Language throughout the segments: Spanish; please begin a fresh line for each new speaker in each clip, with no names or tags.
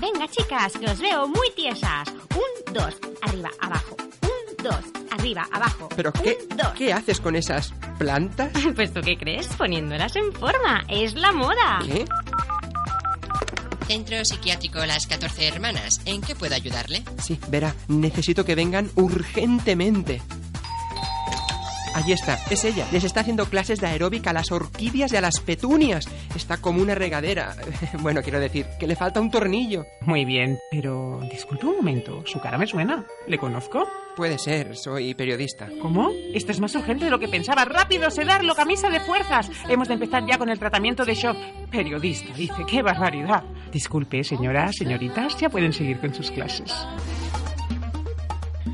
Venga, chicas, que os veo muy tiesas. Un, dos, arriba, abajo. Un, dos, arriba, abajo.
¿Pero qué,
Un, dos.
qué haces con esas plantas?
Pues tú qué crees, poniéndolas en forma. Es la moda.
¿Qué?
Centro Psiquiátrico Las 14 Hermanas. ¿En qué puedo ayudarle?
Sí, verá, necesito que vengan urgentemente. Allí está, es ella. Les está haciendo clases de aeróbica a las orquídeas y a las petunias. Está como una regadera. Bueno, quiero decir, que le falta un tornillo.
Muy bien, pero disculpe un momento, su cara me suena. ¿Le conozco?
Puede ser, soy periodista.
¿Cómo? Esto es más urgente de lo que pensaba. ¡Rápido, sedarlo, camisa de fuerzas! Hemos de empezar ya con el tratamiento de shock. Periodista, dice, qué barbaridad. Disculpe, señoras, señoritas, ya pueden seguir con sus clases.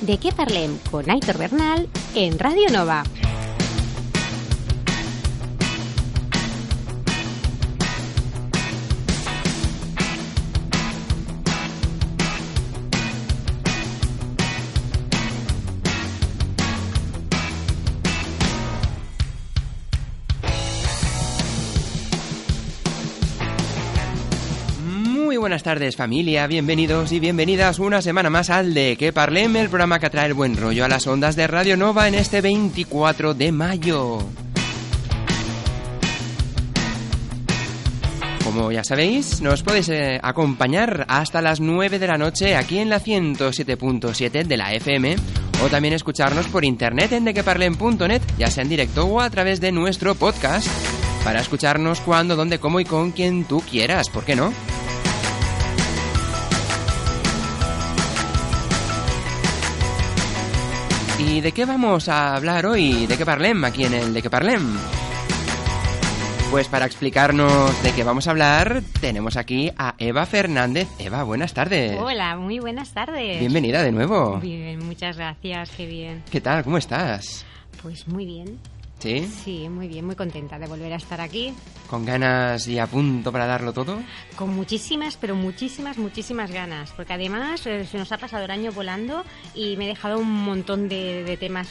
De qué parlem con Aitor Bernal en Radio Nova.
Muy buenas tardes familia, bienvenidos y bienvenidas una semana más al de Que Parlem, el programa que atrae el buen rollo a las ondas de Radio Nova en este 24 de mayo. Como ya sabéis, nos podéis eh, acompañar hasta las 9 de la noche aquí en la 107.7 de la FM o también escucharnos por internet en dequeparlen.net, ya sea en directo o a través de nuestro podcast, para escucharnos cuando, dónde, cómo y con quien tú quieras, ¿por qué no? ¿Y de qué vamos a hablar hoy? ¿De qué parlem aquí en el De qué parlem? Pues para explicarnos de qué vamos a hablar, tenemos aquí a Eva Fernández. Eva, buenas tardes.
Hola, muy buenas tardes.
Bienvenida de nuevo.
Bien, muchas gracias, qué bien.
¿Qué tal? ¿Cómo estás?
Pues muy bien.
¿Sí?
Sí, muy bien, muy contenta de volver a estar aquí.
¿Con ganas y a punto para darlo todo?
Con muchísimas, pero muchísimas, muchísimas ganas. Porque además eh, se nos ha pasado el año volando y me he dejado un montón de, de temas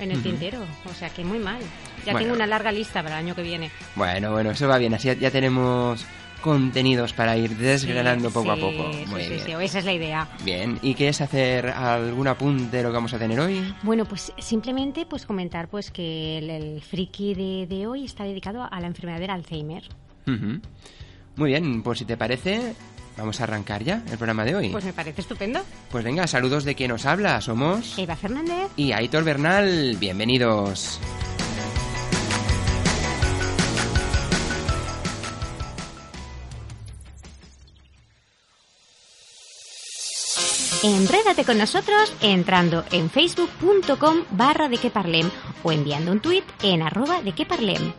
en el tintero. O sea que muy mal. Ya
Bueno.
tengo una larga lista para el año que viene.
Bueno, bueno, eso va bien. Así ya- ya tenemos contenidos para ir desgranando
Sí,
poco a
sí,
poco.
sí,
Muy
sí,
bien.
sí, esa es la idea.
Bien, ¿y quieres hacer algún apunte de lo que vamos a tener hoy?
Bueno, pues simplemente pues comentar pues que el, el friki de, de hoy está dedicado a la enfermedad del Alzheimer.
Ujú. Muy bien, pues si te parece, vamos a arrancar ya el programa de hoy.
Pues
Pues,
me parece estupendo.
venga, saludos de quien nos habla, somos...
Eva Fernández.
Y Aitor Bernal, bienvenidos.
Enrédate con nosotros entrando en facebook.com barra de que parlem o enviando un tuit en arroba de que parlem.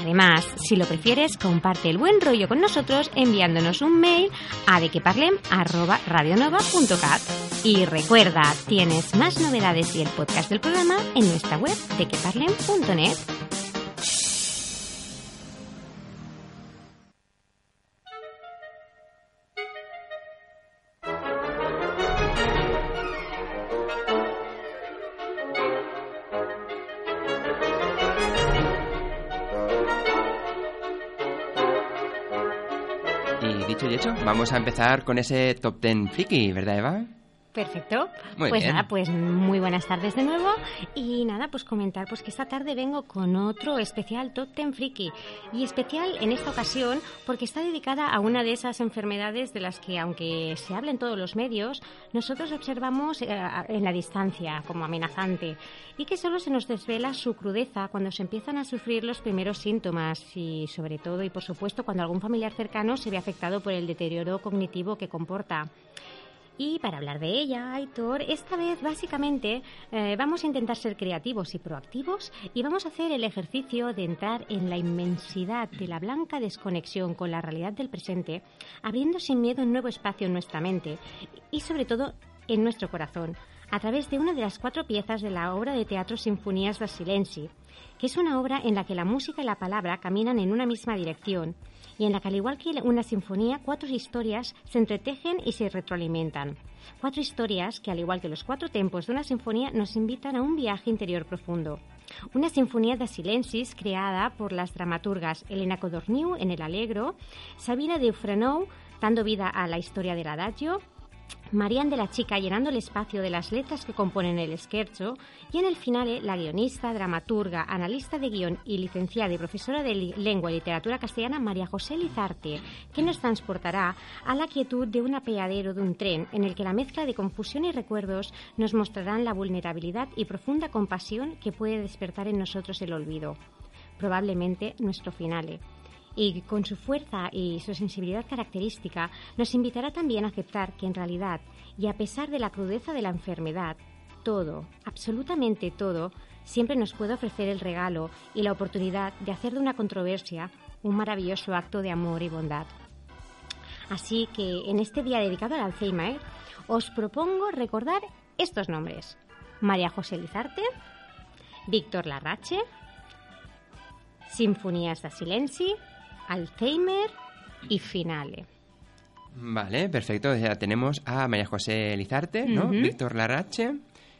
Además, si lo prefieres, comparte el buen rollo con nosotros enviándonos un mail a dequeparlem arroba radionova.cat. Y recuerda, tienes más novedades y el podcast del programa en nuestra web dequeparlem.net.
Y dicho Dicho y hecho, vamos a empezar con ese top 10 friki, ¿verdad, Eva?
Perfecto.
Muy
pues
bien.
nada, pues muy buenas tardes de nuevo. Y nada, pues comentar pues que esta tarde vengo con otro especial Top Ten Friki. Y especial en esta ocasión porque está dedicada a una de esas enfermedades de las que, aunque se habla en todos los medios, nosotros observamos eh, en la distancia como amenazante. Y que solo se nos desvela su crudeza cuando se empiezan a sufrir los primeros síntomas. Y sobre todo, y por supuesto, cuando algún familiar cercano se ve afectado por el deterioro cognitivo que comporta. Y para hablar de ella, Aitor, esta vez básicamente eh, vamos a intentar ser creativos y proactivos y vamos a hacer el ejercicio de entrar en la inmensidad de la blanca desconexión con la realidad del presente, abriendo sin miedo un nuevo espacio en nuestra mente y sobre todo en nuestro corazón, a través de una de las cuatro piezas de la obra de teatro Sinfonías da Silenci, que es una obra en la que la música y la palabra caminan en una misma dirección y en la que, al igual que una sinfonía, cuatro historias se entretejen y se retroalimentan. Cuatro historias que, al igual que los cuatro tempos de una sinfonía, nos invitan a un viaje interior profundo. Una sinfonía de silencis creada por las dramaturgas Elena Codorniu en El Alegro, Sabina de Ufrenou dando vida a la historia del adagio, Marian de la Chica llenando el espacio de las letras que componen el esquerzo y en el final eh, la guionista, dramaturga, analista de guión y licenciada y profesora de li- lengua y literatura castellana María José Lizarte, que nos transportará a la quietud de un apeadero de un tren en el que la mezcla de confusión y recuerdos nos mostrarán la vulnerabilidad y profunda compasión que puede despertar en nosotros el olvido, probablemente nuestro finale y con su fuerza y su sensibilidad característica nos invitará también a aceptar que en realidad y a pesar de la crudeza de la enfermedad, todo, absolutamente todo, siempre nos puede ofrecer el regalo y la oportunidad de hacer de una controversia un maravilloso acto de amor y bondad. Así que en este día dedicado al Alzheimer, os propongo recordar estos nombres. María José Lizarte, Víctor Larrache, Sinfonías da Silenci, Alzheimer y Finale.
Vale, perfecto. Ya tenemos a María José Lizarte, ¿no?
Ujú.
Víctor Larrache,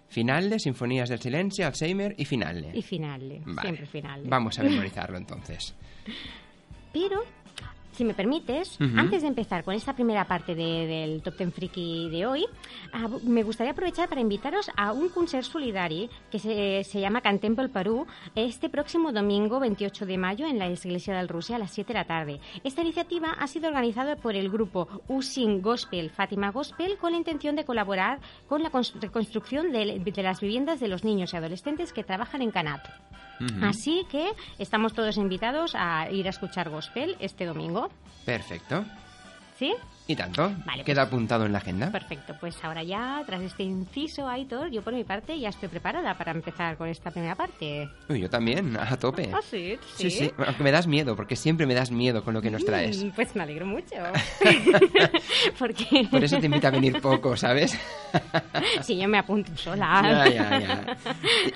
Finalde, Sinfonías del Silencio, Alzheimer y Finalde.
Y Finale,
Vale.
siempre Finale.
Vamos a memorizarlo entonces.
Pero, si me permites,
Ujú.
antes de empezar con esta primera parte de- del Top Ten Friki de hoy, ah, me gustaría aprovechar para invitaros a un concert solidari que se, se llama Cantemple Perú este próximo domingo 28 de mayo en la Iglesia del Rusia a las 7 de la tarde. Esta iniciativa ha sido organizada por el grupo Using Gospel Fátima Gospel con la intención de colaborar con la cons- reconstrucción de, de las viviendas de los niños y adolescentes que trabajan en Canat.
Ujú.
Así que estamos todos invitados a ir a escuchar gospel este domingo.
Perfecto.
¿Sí?
¿Y tanto?
Vale, pues.
Queda apuntado en la agenda.
Perfecto. Pues ahora ya, tras este inciso, Aitor, yo por mi parte ya estoy preparada para empezar con esta primera parte.
Uy, yo también, a tope.
Ah, sí,
Sí, sí. Bueno, aunque me das miedo, porque siempre me das miedo con lo que nos traes.
Mm, Pues me alegro mucho. Porque
Por eso te invito a venir poco, ¿sabes?
si yo me apunto sola.
Ya, ya, ya.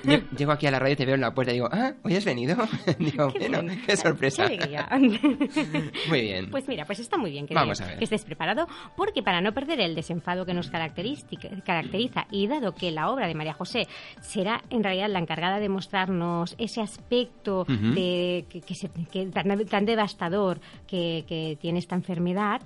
Yo llego aquí a la radio y te veo en la puerta y digo, ah, ¿hoy has venido? Digo,
Qué
bueno,
bueno.
qué sorpresa.
Qué alegría.
Muy bien.
Pues mira, pues está muy bien
Mm.
que,
Vamos a ver.
que estés preparado, porque para no perder el desenfado que nos caracteristic- caracteriza y dado que la obra de María José será en realidad la encargada de mostrarnos ese aspecto
Ujú.
de, que, que se- que tan, tan devastador que- que tiene esta enfermedad,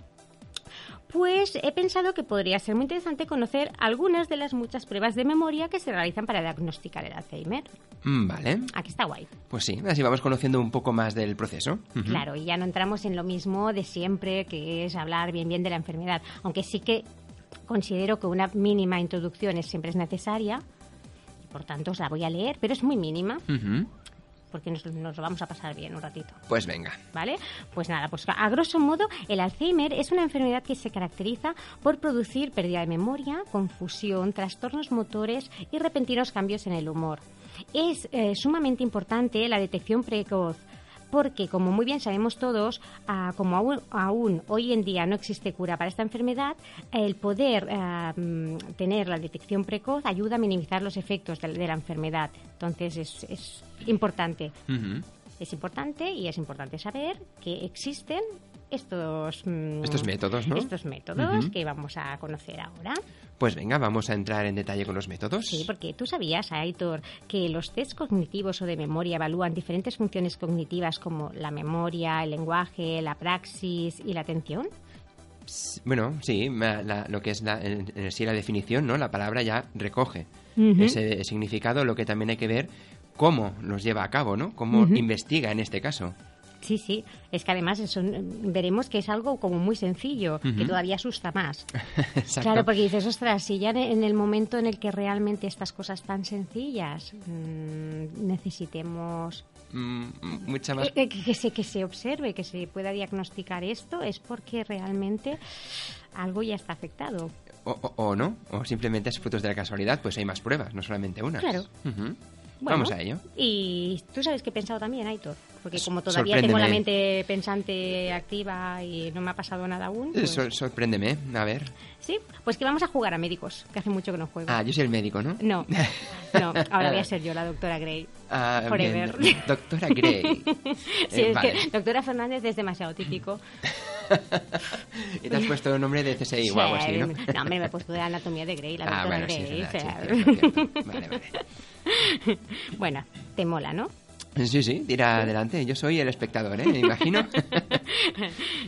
pues he pensado que podría ser muy interesante conocer algunas de las muchas pruebas de memoria que se realizan para diagnosticar el Alzheimer.
Mm, Vale,
Aquí está guay.
pues sí, así vamos conociendo un poco más del proceso. Ujú.
Claro, y ya no entramos en lo mismo de siempre, que es hablar bien bien de la enfermedad, aunque sí que considero que una mínima introducción es, siempre es necesaria, y por tanto os la voy a leer, pero es muy mínima,
Ujú.
porque nos, nos lo vamos a pasar bien un ratito.
Pues venga.
¿Vale? Pues nada, pues a grosso modo, el Alzheimer es una enfermedad que se caracteriza por producir pérdida de memoria, confusión, trastornos motores y repentinos cambios en el humor. Es eh, sumamente importante la detección precoz. Porque, como muy bien sabemos todos, ah, como aún, aún hoy en día no existe cura para esta enfermedad, el poder ah, mm, tener la detección precoz ayuda a minimizar los efectos de, de la enfermedad. Entonces, es- es importante
Ujú.
es importante y es importante saber que existen estos, mm,
Estos métodos, ¿no?
estos métodos
Ujú.
que vamos a conocer ahora.
Pues venga, vamos a entrar en detalle con los métodos.
Sí, porque tú sabías, Aitor, que los test cognitivos o de memoria evalúan diferentes funciones cognitivas como la memoria, el lenguaje, la praxis y la atención.
Tips.
Bueno, sí, ma- la- lo que es la, en, en sí la definición, ¿no? La palabra ya recoge
Ujú.
ese significado, lo que también hay que ver cómo los lleva a cabo, ¿no? Cómo investiga en este caso.
Sí, sí. Es que además eso, mm, veremos que es algo como muy sencillo, que
Ujú.
todavía asusta más.
Exacto.
Claro, pues, porque dices, ostras, si ya ne- en el momento en el que realmente estas cosas tan sencillas mm, necesitemos
Mm, mucha más...
eh, eh, que, que se, que se observe, que se pueda diagnosticar esto, es porque realmente algo ya está afectado.
O, o- o no, o simplemente es frutos de la casualidad, pues hay más pruebas, no solamente una.
Claro.
Ujú.
Bueno,
Vamos a ello.
Y tú sabes que he pensado también, Aitor, porque
S-
como todavía tengo la
sorpréndeme.
mente pensante activa y no me ha pasado nada aún,
Eh,
pues-
sor- sorpréndeme, a ver.
sí, pues que vamos a jugar a médicos, que hace mucho que no juego.
Ah, yo soy el médico, ¿no?
No, no, ahora voy a ser yo la doctora Grey.
Ah,
Forever.
bien. Doctora Gray.
Sí,
Eh,
es
vale.
que doctora Fernández es demasiado típico.
Y te has puesto el nombre de CSI o algo así, ¿no?
Eh, no, hombre, me he puesto de anatomía de Grey, la
ah,
doctora
bueno, sí,
Grey.
es verdad,
o sea,
sí, cierto, cierto. Vale, vale.
bueno, te mola, ¿no?
Sí, sí, tira adelante. Yo soy el espectador, ¿eh? Me imagino.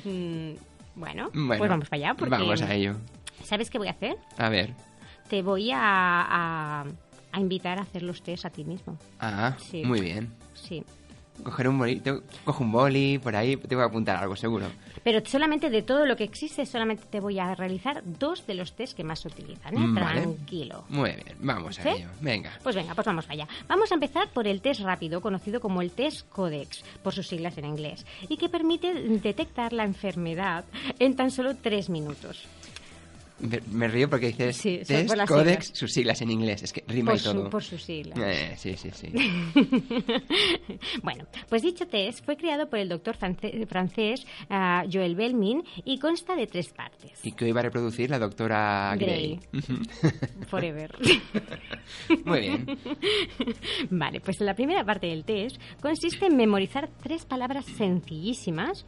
Mm, bueno,
Bueno,
pues vamos para allá. Porque
Vamos a ello.
¿Sabes qué voy a hacer?
A ver.
Te voy a, a- a invitar a hacer los test a ti mismo.
Ah,
Sí.
muy bien.
Sí.
Coger un boli, te- cojo un boli, por ahí te voy a apuntar algo, seguro.
Pero solamente de todo lo que existe, solamente te voy a realizar dos de los test que más se utilizan, ¿eh?
Mm, vale.
Tranquilo.
Muy bien, vamos
¿Sí?
a ello. Venga.
Pues venga, pues vamos allá. Vamos a empezar por el test rápido, conocido como el test CODEX, por sus siglas en inglés, y que permite detectar la enfermedad en tan solo tres minutos.
Me, me río porque dices
Sí, son
test,
por las
codex,
siglas.
sus siglas en inglés. Es que rima
Por,
y todo.
su- por sus siglas.
Eh, sí, sí, sí.
bueno, pues dicho test fue creado por el doctor france- francés ah, Joel Belmin y consta de tres partes.
Y que hoy va a reproducir la doctora Gray.
Forever.
Muy bien.
Vale, pues la primera parte del test consiste en memorizar tres palabras sencillísimas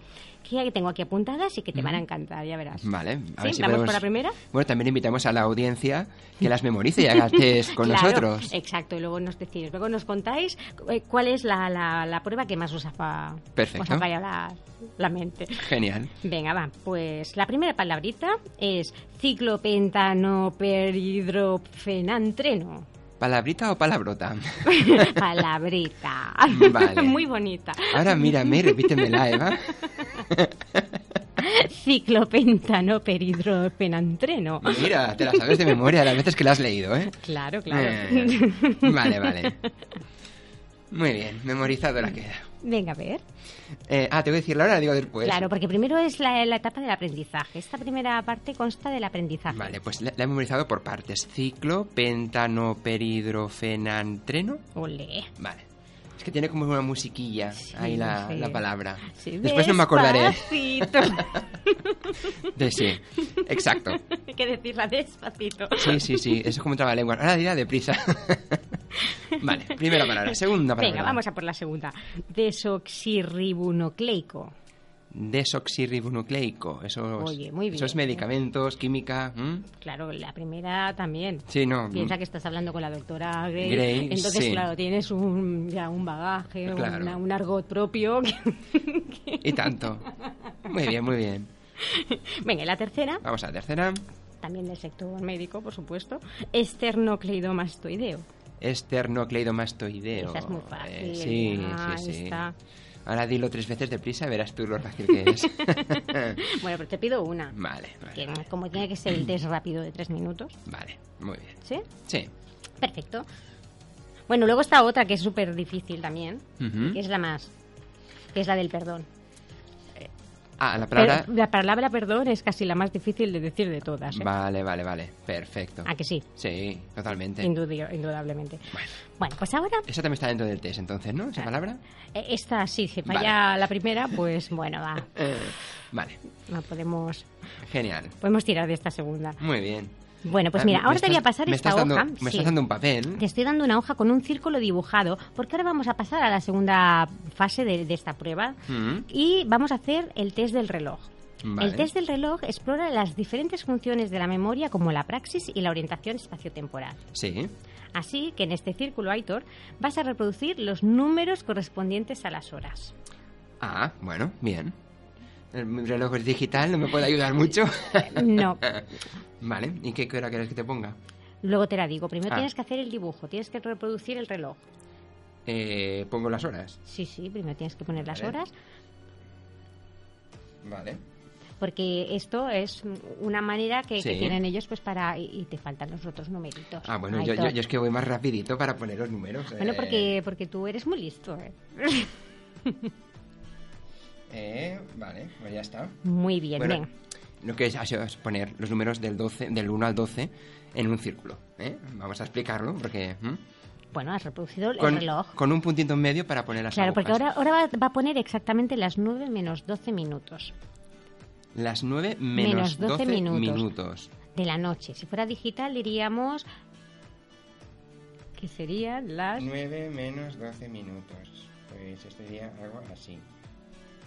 que tengo aquí apuntadas y que te van a encantar, ya verás.
Vale. A ver
¿Sí?
si
¿Vamos
podemos-
por la primera?
Bueno, también invitamos a la audiencia que las memorice y haga test con
Claro, Eh.
nosotros.
Exacto, y luego nos decís, luego nos contáis eh, cuál es la, la- la prueba que más os ha,
Perfecto.
os ha fallado la, la mente.
Genial.
Venga, va, pues la primera palabrita es ciclopentanoperidrofenantreno.
¿Palabrita o palabrota?
Palabrita.
Vale.
Muy bonita.
Ahora mírame, repítemela, Eva.
Ciclopentanoperidrofenantreno.
Mira, te la sabes de memoria las veces que la has leído, ¿eh?
Claro, claro.
Eh, vale, vale. Muy bien, memorizado la queda.
Venga, a ver.
Eh, ah, tengo que decirla ahora, la digo después.
Claro, porque primero es la, la etapa del aprendizaje. Esta primera parte consta del aprendizaje.
Vale, pues la, la he memorizado por partes. Ciclo, pentano, peridrofenantreno.
Ole.
Vale. Es que tiene como una musiquilla ahí la,
sí.
la palabra.
Sí,
Después no me acordaré
Despacito.
de sí. Exacto.
Hay que decirla despacito.
Sí, sí, sí. Eso es como un trabalengua. Ahora dirá deprisa. vale, primera palabra. Segunda palabra.
Venga, vamos a por la segunda. Desoxirribonucleico.
Desoxirribonucleico. Eso es,
Oye, muy bien.
Eso es medicamentos, química. ¿m?
Claro, la primera también.
Sí, no.
Piensa que estás hablando con la doctora Gray.
Gray,
entonces,
Mm. sí.
claro, tienes un, ya un bagaje,
Claro.
una- un argot propio.
Y tanto. Muy bien, muy bien.
Venga, y la tercera,
Vamos a la tercera.
también del sector médico, por supuesto, esternocleidomastoideo.
Esternocleidomastoideo.
Esa es muy fácil.
Eh, sí,
Ah,
sí, sí.
está.
Ahora dilo tres veces deprisa, verás tú lo fácil que es.
Bueno, pero te pido una.
vale,
Que,
vale,
como tiene que ser el test rápido de tres minutos,
vale, muy bien.
¿sí?
Sí.
Perfecto. Bueno, luego está otra que es súper difícil también,
Ujú.
que es la más, que es la del perdón.
Ah, la palabra.
Pero la palabra perdón es casi la más difícil de decir de todas. ¿eh?
Vale, vale, vale. Perfecto.
¿A que sí?
Sí, totalmente.
Indudi- indudablemente.
Bueno.
Bueno, pues ahora,
Esa también está dentro del test, entonces, ¿no? Esa palabra.
eh, esta sí, se falla la primera, pues bueno, va,
Eh, Vale,
no podemos,
genial.
podemos tirar de esta segunda.
Muy bien.
Bueno, pues
Ah,
mira,
me
ahora te
estás-
voy a pasar
me
esta
estás
hoja.
dando- me
sí.
estás dando un papel.
Te estoy dando una hoja con un círculo dibujado, porque ahora vamos a pasar a la segunda fase de, de esta prueba
Mm,
y vamos a hacer el test del reloj.
Vale.
El test del reloj explora las diferentes funciones de la memoria como la praxis y la orientación espaciotemporal.
Sí.
Así que en este círculo, Aitor, vas a reproducir los números correspondientes a las horas.
Ah, bueno, bien. El reloj es digital, no me puede ayudar mucho.
No.
Vale, ¿y qué hora quieres que te ponga?
Luego te la digo. Primero
Ah.
tienes que hacer el dibujo, tienes que reproducir el reloj.
Eh, pongo las horas.
Sí, sí, primero tienes que poner las
Vale.
horas,
Vale.
porque esto es una manera que, que
Sí.
tienen ellos pues para... Y, y te faltan los otros numeritos.
Ah, bueno, yo,
Aitor.
yo- yo es que voy más rapidito para poner los números.
Bueno,
eh,
porque, porque tú eres muy listo, ¿eh?
eh, vale, pues ya está.
Muy bien,
Bueno,
venga.
lo que es, ha sido es poner los números del, 12, del 1 al 12 en un círculo. ¿eh? Vamos a explicarlo porque... ¿m?
Bueno, has reproducido el
Con,
reloj.
con un puntito en medio para poner las
Claro, porque
agujas.
ahora, ahora va, va a poner exactamente las 9 menos 12 minutos
Las 9 menos,
Menos 12
minutos.
minutos. de la noche. Si fuera digital diríamos que serían las...
9 menos 12 minutos. Pues esto sería algo así.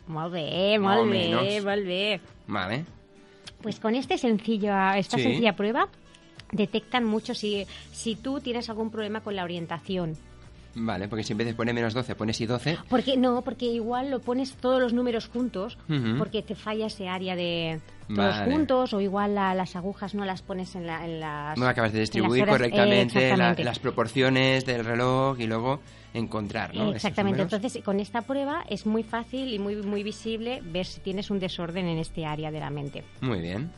Molt bé,
Más o
molt bé,
menos.
molt bé.
Vale.
Pues con este sencilla, esta
Sí.
sencilla prueba detectan mucho si, si tú tienes algún problema con la orientación.
Vale, porque si en vez de poner menos 12 pones y 12,
Porque no, porque igual lo pones todos los números juntos,
Ujú.
porque te falla ese área de todos
Vale.
juntos, o igual la- las agujas no las pones en, la- en las.
no acabas de
en Ah, las
distribuir
horas-
correctamente la-
exactamente.
las proporciones del reloj y luego encontrar, ¿no? Esos
Exactamente,
números.
entonces con esta prueba es muy fácil y muy, muy visible ver si tienes un desorden en este área de la mente.
Muy bien.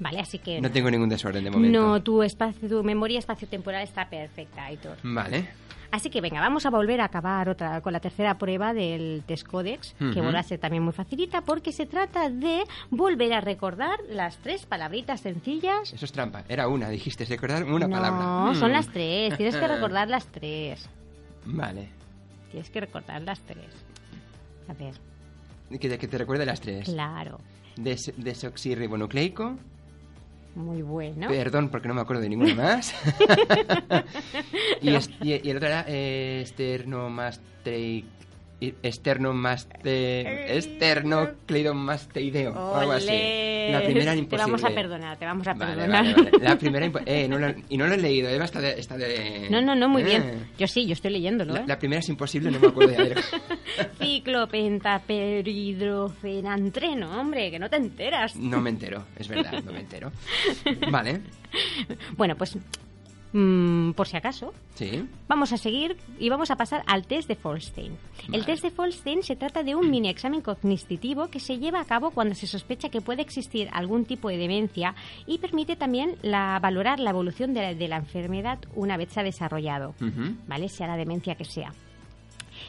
Vale, así que.
No tengo ningún desorden de momento.
no, tu, espacio, tu memoria espacio-temporal está perfecta, Aitor.
Vale.
Así que venga, vamos a volver a acabar otra con la tercera prueba del test códex,
Ujú.
que vuelve a ser también muy facilita, porque se trata de volver a recordar las tres palabritas sencillas.
Eso es trampa. Era una, dijiste, recordar una
no,
palabra.
son
Mm.
las tres, tienes que recordar las tres.
Vale.
Tienes que recordar las tres. A ver,
Que, te- que te recuerde las tres.
claro,
Des- desoxirribonucleico.
muy bueno.
Perdón, porque no me acuerdo de ninguna más. y, es- y- y el otro era eh, esternomastre- i- esternomaste- esternocleidomasteideo. o algo así.
Olé.
La primera era
Te
imposible.
vamos a perdonar, te vamos a
Vale,
perdonar.
vale, vale. La primera impo- eh, no lo- y no lo he leído, Eva está de, está de-
No, no, no, muy
Eh.
bien. Yo sí, yo estoy leyéndolo.
La,
¿eh?
la primera es imposible, no me acuerdo de haber.
Ciclopentaperiidrofenantreno, hombre, que no te enteras.
No me entero, es verdad, no me entero. Vale,
Bueno, pues mm, por si acaso,
sí.
vamos a seguir y vamos a pasar al test de Folstein.
Vale.
El test de Folstein se trata de un mini examen cognitivo que se lleva a cabo cuando se sospecha que puede existir algún tipo de demencia y permite también la, valorar la evolución de la, de la enfermedad una vez se ha desarrollado.
Ujú.
¿vale? Sea la demencia que sea.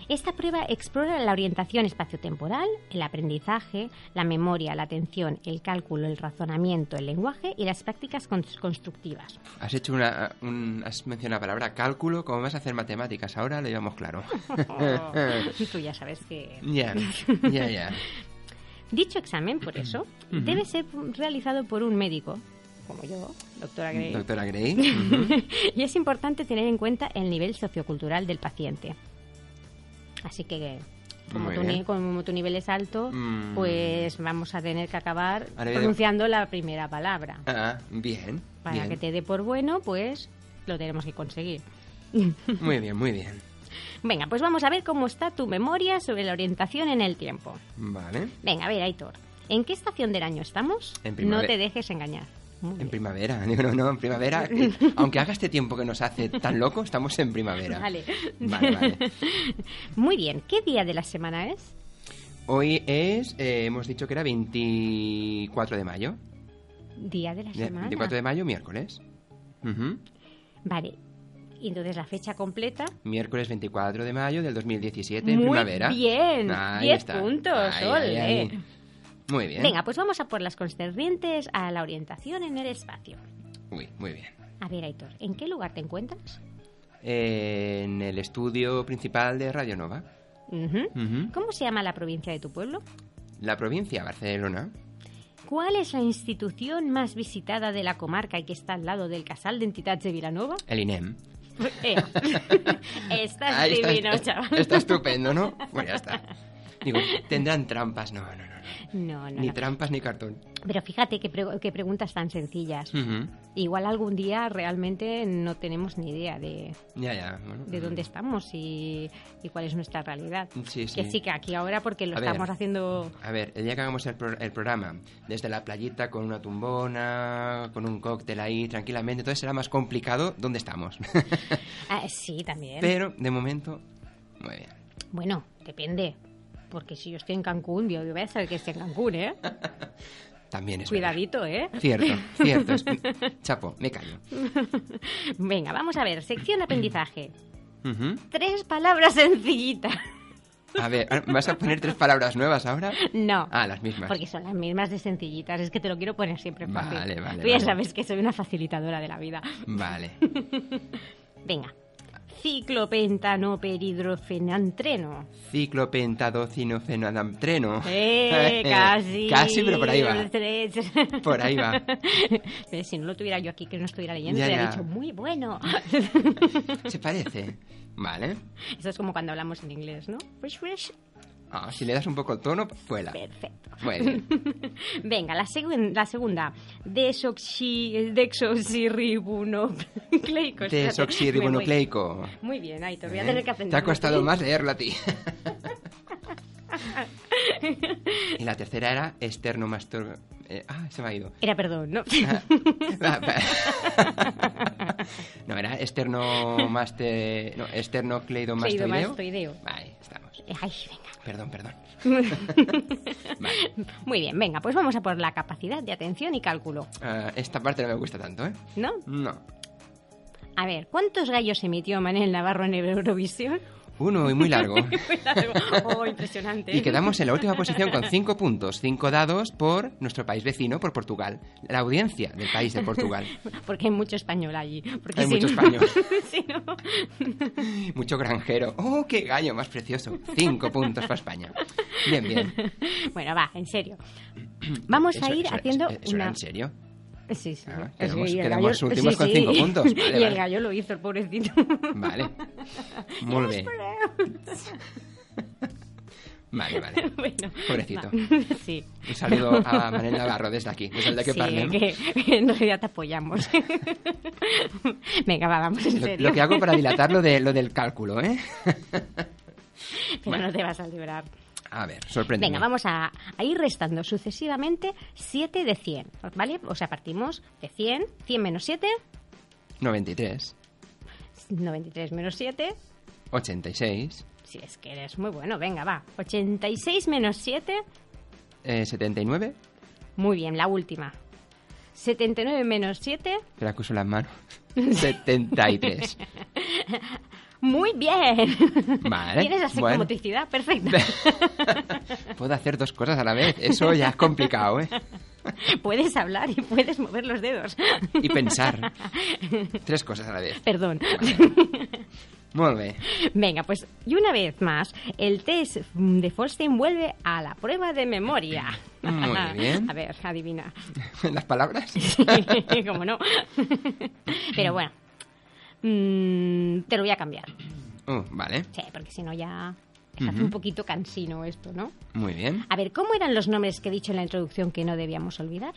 Esta prueba explora la orientación espaciotemporal, el aprendizaje, la memoria, la atención, el cálculo, el razonamiento, el lenguaje y las prácticas cons- constructivas.
Has hecho una, un- has mencionado la palabra cálculo, como vas a hacer matemáticas ahora, lo llevamos claro.
Y tú ya sabes que...
Ya, ya, ya.
Dicho examen, por eso,
Ujú.
debe ser realizado por un médico, como yo, doctora Gray,
Doctora Gray. ujú.
y es importante tener en cuenta el nivel sociocultural del paciente. Así que, como,
Muy
tu, ni-
bien.
como tu nivel es alto,
Mm.
pues vamos a tener que acabar
Ahora viene-
pronunciando la primera palabra.
Ah, bien.
Para
bien.
que te dé por bueno, pues lo tenemos que conseguir.
Muy bien, muy bien.
Venga, pues vamos a ver cómo está tu memoria sobre la orientación en el tiempo.
Vale.
Venga, a ver, Aitor, ¿en qué estación del año estamos?
En
no
primavera.
te dejes engañar. Muy
En
bien.
primavera. Digo, no, no, en primavera. que- Aunque haga este tiempo que nos hace tan loco, estamos en primavera.
Vale.
Vale, vale.
Muy bien, ¿qué día de la semana es?
Hoy es, eh, hemos dicho que era 24 de mayo.
Día de la
Ya,
semana.
24 de mayo, miércoles. Ujú.
Vale. Y entonces la fecha completa.
Miércoles 24 de mayo del 2017, en
Muy
primavera.
bien.
Ahí
10
está.
puntos.
Ahí, ahí,
Ole.
ahí. Muy bien.
Venga, pues vamos a por las concernientes a la orientación en el espacio.
Uy, muy bien.
A ver, Aitor, ¿en qué lugar te encuentras?
Eh, en el estudio principal de Radio Nova.
Ujú.
Ujú.
¿Cómo se llama la provincia de tu pueblo?
La provincia, Barcelona.
¿Cuál es la institución más visitada de la comarca y que está al lado del Casal de Entitats de Vilanova?
El INEM.
Eh, estás
Ahí está,
divino,
está-
chaval.
está estupendo, Pues ¿no? Bueno, ya está. Digo, tendrán trampas. No, no, no. no.
No, no,
Ni
no.
trampas ni cartón.
Pero fíjate qué, pre- qué preguntas tan sencillas.
Ujú.
Igual algún día realmente no tenemos ni idea de,
Ya, ya. bueno.
de dónde estamos y, y cuál es nuestra realidad.
Sí, sí.
Que sí, que aquí ahora porque lo
A ver.
estamos haciendo...
A ver, el día que hagamos el, pro- el programa, desde la playita con una tumbona, con un cóctel ahí tranquilamente, entonces será más complicado dónde estamos.
Ah, sí, también.
Pero, de momento, muy bien.
Bueno, depende. Porque si yo estoy en Cancún, yo voy a saber que estoy en Cancún, ¿eh?
También es verdad.
Cuidadito, ¿eh?
Cierto, cierto. es- Chapo, me callo.
Venga, vamos a ver.
Mm.
Sección aprendizaje.
Ujú.
Tres palabras sencillitas.
A ver, ¿vas a poner tres palabras nuevas ahora?
No.
Ah, las mismas.
Porque son las mismas de sencillitas. Es que te lo quiero poner siempre fácil.
Vale, vale,
Tú ya
vale.
sabes que soy una facilitadora de la vida.
Vale.
Venga. Ciclopentano peridrofenantreno.
Ciclopentadocinofenadamtreno.
¡Eh! casi.
Casi, pero por ahí va.
Tres.
Por ahí va.
Pero si no lo tuviera yo aquí, que no estuviera leyendo,
Ya,
te hubiera
ya.
dicho, muy bueno.
¿Se parece? Vale.
Eso es como cuando hablamos en inglés, ¿no? Fresh, fresh.
Ah, si le das un poco el tono, vuela.
Perfecto.
Muy bien.
Venga, la, segun- la segunda. Desoxi desoxirribonucleico. Espérate,
Desoxirribonucleico.
me voy. Muy bien, ahí te voy a
¿Eh?
tener que aprender.
Te ha costado más leerlo a ti. y la tercera era externomastur... eh, ah, se me ha ido.
Era perdón, ¿no?
Ah, va, va. no, era externomaste... No, externocleidomastoideo.
Cleidomastoideo.
Vale, estamos.
Eh, Ay, venga.
Perdón, perdón.
Muy bien, venga, pues vamos a por la capacidad de atención y cálculo,
Ah, esta parte no me gusta tanto, ¿eh?
¿no?
No.
A ver, ¿cuántos gallos emitió Manel Navarro en Eurovisión?
Uno y muy largo.
Muy largo. Oh, impresionante.
Y quedamos en la última posición con cinco puntos, cinco dados por nuestro país vecino, por Portugal. La audiencia del país de Portugal.
Porque hay mucho español allí. Porque
Hay
si
mucho
no-
español.
si no-
Mucho granjero. ¡Oh, qué gallo más precioso! Cinco puntos para España. Bien, bien.
Bueno, va, en serio. Vamos
Eso-
a ir
eso-
haciendo
eso- eso era
una...
en serio?
Sí, sí.
Ah,
Sí,
quedamos-
y el
quedamos últimos con cinco puntos. Vale,
y el
vale.
gallo lo hizo, el pobrecito.
Vale. Muy bien. Vale, vale.
bueno,
Pobrecito.
va. Sí.
Un saludo a Manel Navarro desde aquí, desde el de que
Sí,
parlem.
que- que en realidad te apoyamos. Venga, va, vamos, en
Lo,
serio.
lo que hago para dilatar lo, de, lo del cálculo, ¿eh?
Pero no te vas a librar.
A ver, sorprendente.
Venga, vamos a, a ir restando sucesivamente 7 de 100, ¿vale? O sea, partimos de 100, 100 menos 7,
93,
93 menos 7,
86,
si es que eres muy bueno, venga, va. 86 menos 7,
eh, 79,
Muy bien, la última. 79 menos 7.
que la acuso las manos. 73.
Muy bien.
Vale,
Tienes la
bueno.
psicomotricidad perfecta.
Puedo hacer dos cosas a la vez. Eso ya es complicado, ¿eh?
puedes hablar y puedes mover los dedos.
Y pensar. Tres cosas a la vez.
Perdón.
Muy bien.
Venga, pues y una vez más, el test de Forstein vuelve a la prueba de memoria.
Muy bien.
A ver, adivina.
¿Las palabras?
Como no. Pero bueno, Mm, te lo voy a cambiar.
Uh, vale.
Sí, porque si no ya se hace un poquito cansino esto, ¿no?
Muy bien.
A ver, ¿cómo eran los nombres que he dicho en la introducción que no debíamos olvidar?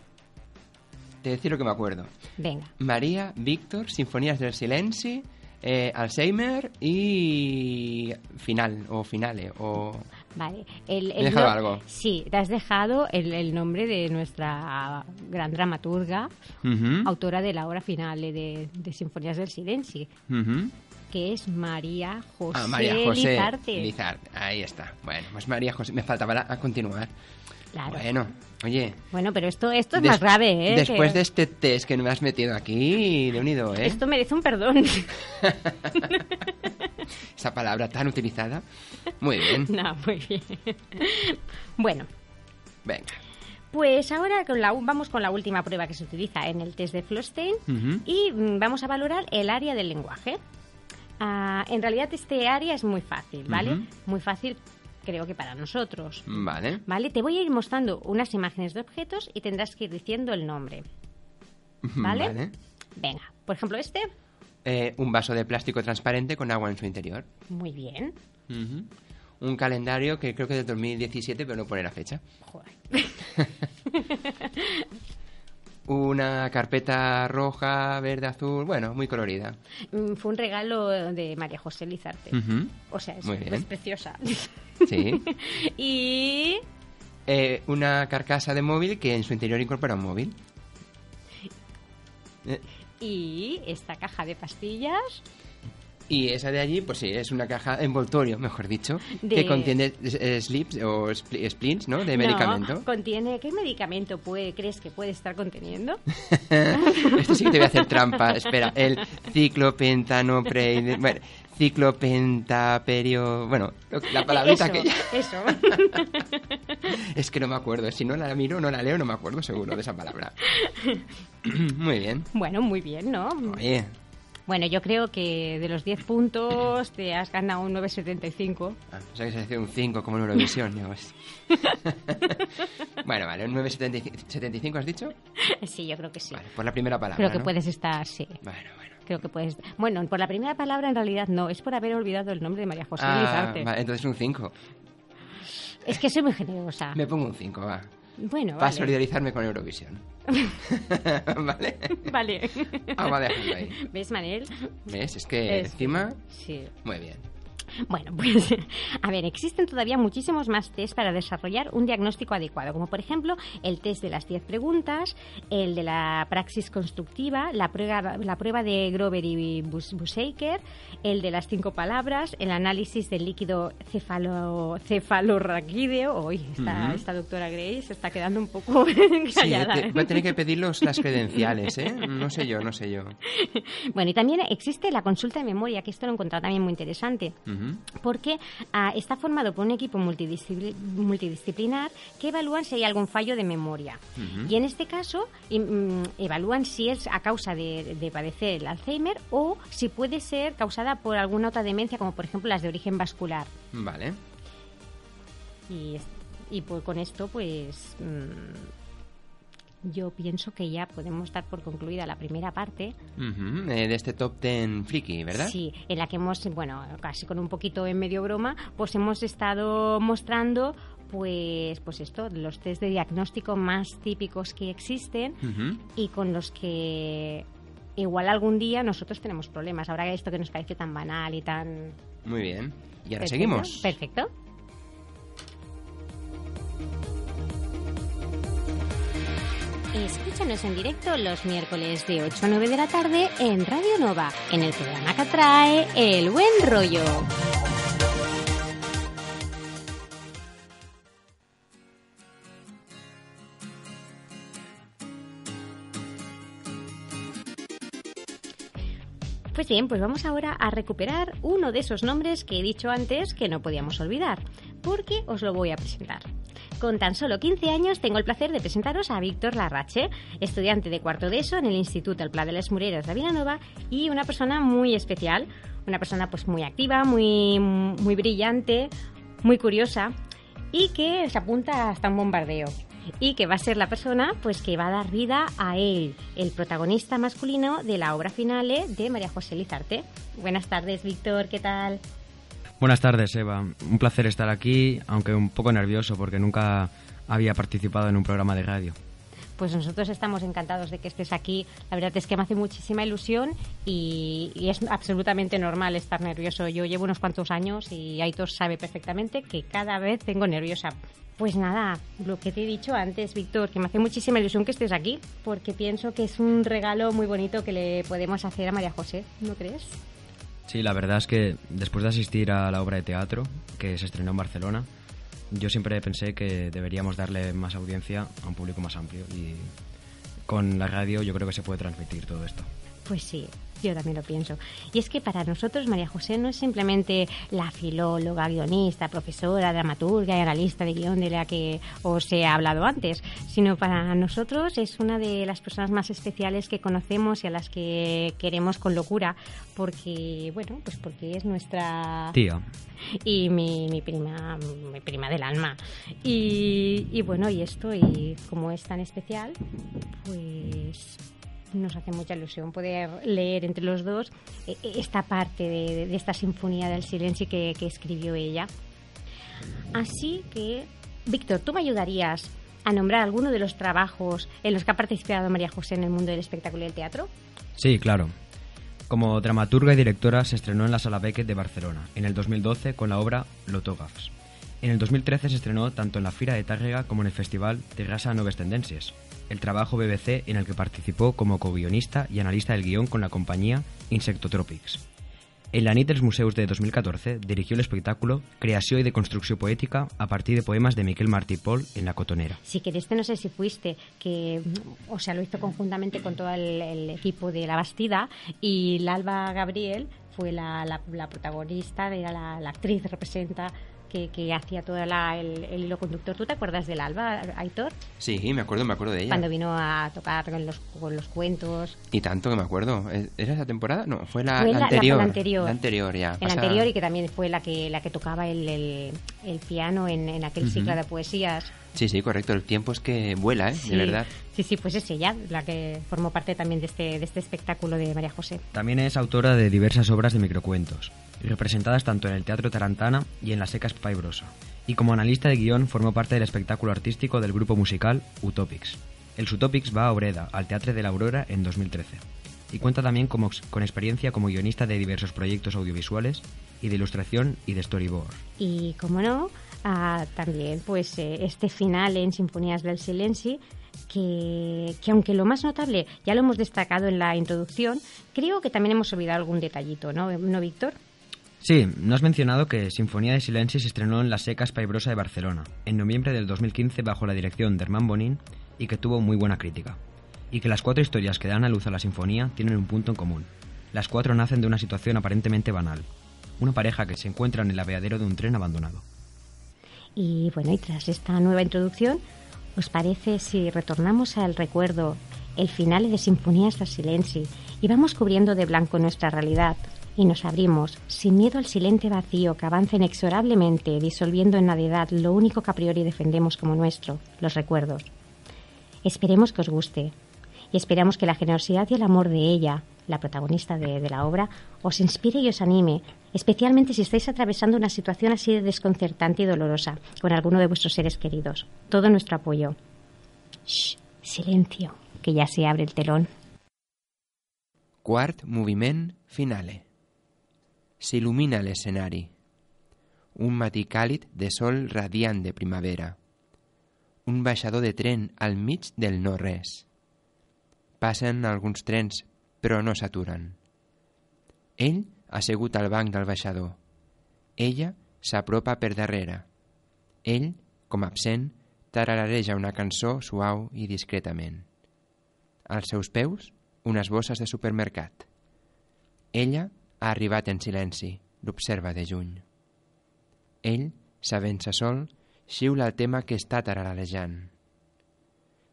Te decir lo que me acuerdo.
Venga.
María, Víctor, Sinfonías del Silencio, eh, Alzheimer y... Final, o finale, o...
Vale. El,
He dejado
no-
algo.
Sí, te has dejado el, el nombre de nuestra gran dramaturga,
Ujú,
autora de la obra final de, de Sinfonías del Silencio,
ujú.
que es María José,
Ah, María José
Lizarte.
Lizarte. Ahí está. Bueno, pues María José. Me faltaba la- a continuar.
Claro. Bueno.
Bueno, oye.
pero esto, esto es
des-
más grave, ¿eh?
Después
que-
de este test que me has metido aquí, de unido, ¿eh?
Esto merece un perdón.
Esa palabra tan utilizada. Muy bien.
no, muy bien. bueno,
Venga.
Pues ahora con la u- vamos con la última prueba que se utiliza en el test de Flostein
Ujú.
y mm, vamos a valorar el área del lenguaje. Ah, en realidad este área es muy fácil, ¿vale?
Ujú.
Muy fácil creo que para nosotros.
Vale.
¿Vale? Te voy a ir mostrando unas imágenes de objetos y tendrás que ir diciendo el nombre. ¿Vale? Venga, por ejemplo este.
Eh, un vaso de plástico transparente con agua en su interior.
Muy bien.
Un calendario que creo que es de 2017, pero no pone la fecha.
Joder.
Una carpeta roja, verde, azul, bueno, muy colorida.
Mm, Fue un regalo de María José Lizarte.
Ujú.
O sea, es,
Muy bien.
es preciosa.
Sí.
y
Eh, una carcasa de móvil que en su interior incorpora un móvil. Eh,
y esta caja de pastillas
Y esa de allí, pues sí, es una caja envoltorio, mejor dicho,
De-
que contiene eh, slips o spli- splints, ¿no? De
No,
medicamento.
contiene qué medicamento puede crees que puede estar conteniendo?
Esto sí que te voy a hacer trampa. Espera, el ciclopentanopreide... Bueno, ciclopentaperio... Bueno, lo- la palabrita
eso,
que...
eso.
Es que no me acuerdo. Si no la miro, no la leo, no me acuerdo seguro de esa palabra. Muy bien.
bueno, muy bien, ¿no?
Oye,
Bueno, yo creo que de los 10 puntos te has ganado un 975.
ah, pensaba que se decía un 5 como en Eurovisión. digo, es- bueno, vale, un 9.75 has dicho.
Sí, yo creo que sí.
Vale, por la primera palabra,
creo que
¿no?
puedes estar, sí.
Bueno, bueno.
Creo que puedes. Bueno, por la primera palabra en realidad no, es por haber olvidado el nombre de María José
Ah,
Lizarte.
vale, entonces un 5.
Es que soy muy generosa.
Me pongo un 5, va.
Bueno,
Para
Ah. vale.
solidarizarme con Eurovisión. ¿Vale?
Vale.
Vamos a dejarlo ahí.
¿Ves, Manel?
¿Ves? Es que
Es-
encima...
Sí.
Muy bien.
Bueno, pues a ver, existen todavía muchísimos más test para desarrollar un diagnóstico adecuado, como por ejemplo el test de las 10 preguntas, el de la praxis constructiva, la prueba, la prueba de Grover y Bus- Busaker, el de las 5 palabras, el análisis del líquido cefalo, cefalorraquídeo. Hoy esta,
Ujú.
esta doctora Grace se está quedando un poco
Sí,
callada. ¿eh?
te- voy a tener que pedir los- las credenciales, ¿eh? No sé yo, no sé yo.
Bueno, y también existe la consulta de memoria, que esto lo he encontrado también muy interesante.
Ujú.
porque ah, está formado por un equipo multidiscipli- multidisciplinar que evalúan si hay algún fallo de memoria.
Ujú.
Y en este caso im- mm, evalúan si es a causa de, de padecer el Alzheimer o si puede ser causada por alguna otra demencia, como por ejemplo las de origen vascular.
Vale.
Y, es- y pues con esto, pues mm, yo pienso que ya podemos dar por concluida la primera parte.
Ujú, eh, de este top ten friki, ¿verdad?
Sí, en la que hemos, bueno, casi con un poquito en medio broma, pues hemos estado mostrando, pues, pues esto, los test de diagnóstico más típicos que existen
Ujú.
y con los que igual algún día nosotros tenemos problemas. Ahora esto que nos parece tan banal y tan...
Muy bien. Y ahora
perfecto,
seguimos.
Perfecto. Escúchanos en directo los miércoles de 8 a 9 de la tarde en Radio Nova, en el programa que trae El Buen Rollo. Pues bien, pues vamos ahora a recuperar uno de esos nombres que he dicho antes que no podíamos olvidar, porque os lo voy a presentar. Con tan solo 15 años tengo el placer de presentaros a Víctor Larrache, estudiante de cuarto de ESO en el Instituto El Pla de las Mureras de Vilanova y una persona muy especial, una persona pues muy activa, muy, muy brillante, muy curiosa y que se apunta hasta un bombardeo y que va a ser la persona pues que va a dar vida a él, el protagonista masculino de la obra finale de María José Lizarte. Buenas tardes, Víctor, ¿qué tal?
Buenas tardes, Eva. Un placer estar aquí, aunque un poco nervioso porque nunca había participado en un programa de radio.
Pues nosotros estamos encantados de que estés aquí. La verdad es que me hace muchísima ilusión y, y es absolutamente normal estar nervioso. Yo llevo unos cuantos años y Aitor sabe perfectamente que cada vez tengo nerviosa. Pues nada, lo que te he dicho antes, Víctor, que me hace muchísima ilusión que estés aquí, porque pienso que es un regalo muy bonito que le podemos hacer a María José, ¿no crees?
Sí, la verdad es que después de asistir a la obra de teatro que se estrenó en Barcelona, yo siempre pensé que deberíamos darle más audiencia a un público más amplio y con la radio yo creo que se puede transmitir todo esto.
Pues sí, yo también lo pienso. Y es que para nosotros María José no es simplemente la filóloga, guionista, profesora, dramaturga y analista de guión de la que os he hablado antes, sino para nosotros es una de las personas más especiales que conocemos y a las que queremos con locura, porque, bueno, pues porque es nuestra
Tía,
y mi, mi prima mi prima del alma y, y bueno y esto y como es tan especial pues nos hace mucha ilusión poder leer entre los dos eh, eh, esta parte de, de esta sinfonía del silencio que, que escribió ella así que Víctor tú me ayudarías a nombrar alguno de los trabajos en los que ha participado María José en el mundo del espectáculo y el teatro?
Sí, claro. Como dramaturga y directora se estrenó en la Sala Beckett de Barcelona en el 2012 con la obra Lotógrafs. En el 2013 se estrenó tanto en la Fira de Tárrega como en el Festival Terrassa Noves Tendencias, el trabajo BBC en el que participó como co-guionista y analista del guión con la compañía Insectotropics. En la nit dels Museus de 2014 dirigió el espectáculo Creació i de Construcció Poètica a partir de poemas de Miquel Martí Pol en La Cotonera.
Sí, que de este no sé si fuiste, que, o sea, lo hizo conjuntamente con todo el, el equipo de La Bastida y la Alba Gabriel fue la, la- la protagonista, era la, la actriz representa que, que hacía todo la, el, el hilo conductor. ¿Tú te acuerdas del Alba, Aitor?
Sí, me acuerdo, me acuerdo de ella.
Cuando vino a tocar con los, con los cuentos.
Y tanto que me acuerdo. ¿E- ¿Era esa temporada? No, fue la,
Fue
la
la- la-
anterior.
la anterior.
La anterior, ya.
El
Pasa-
anterior y que también fue la que, la que tocaba el, el- el piano en, en aquel ciclo de poesías.
Sí, sí, correcto. El tiempo es que vuela, ¿eh? De verdad.
Sí, sí, pues es ella la que formó parte también de este, de este espectáculo de María José.
También es autora de diversas obras de microcuentos, representadas tanto en el Teatro Tarantana y en La Seca Paibrosa. Y como analista de guión formó parte del espectáculo artístico del grupo musical Utopics. El Utopics va a Oreda, al Teatro de la Aurora, en 2013. Y cuenta también como- con experiencia como guionista de diversos proyectos audiovisuales y de ilustración y de storyboard.
Y como no, ah, también pues eh, este final en Sinfonías del Silencio, que, que aunque lo más notable ya lo hemos destacado en la introducción, creo que también hemos olvidado algún detallito, ¿no, Eh, ¿No Víctor?
Sí, no has mencionado que Sinfonía de Silencio se estrenó en la Seca Paibrosa de Barcelona en noviembre del 2015 bajo la dirección de Herman Bonin y que tuvo muy buena crítica. Y que las cuatro historias que dan a luz a la sinfonía tienen un punto en común. Las cuatro nacen de una situación aparentemente banal. Una pareja que se encuentra en el apeadero de un tren abandonado.
Y bueno, y tras esta nueva introducción, ¿os parece si retornamos al recuerdo, el final de Sinfonías del Silencio y vamos cubriendo de blanco nuestra realidad? Y nos abrimos, sin miedo al silente vacío que avanza inexorablemente, disolviendo en nadedad lo único que a priori defendemos como nuestro, los recuerdos. Esperemos que os guste y esperamos que la generosidad y el amor de ella, la protagonista de, de la obra, os inspire y os anime, especialmente si estáis atravesando una situación así de desconcertante y dolorosa con alguno de vuestros seres queridos. Todo nuestro apoyo. Shh, silencio, que ya se abre el telón.
Quart moviment finale. S'il·lumina l'escenari. Un matí càlid de sol radiant de primavera. Un baixador de tren al mig del no-res. Passen alguns trens, però no s'aturen. Ell assegut al banc del baixador. Ella s'apropa per darrere. Ell, com absent, tarareja una cançó suau i discretament. Als seus peus, unes bosses de supermercat. Ella ha arribat en silenci, l'observa de lluny. Ell, sabent-se sol, xiula el tema que està tararalejant.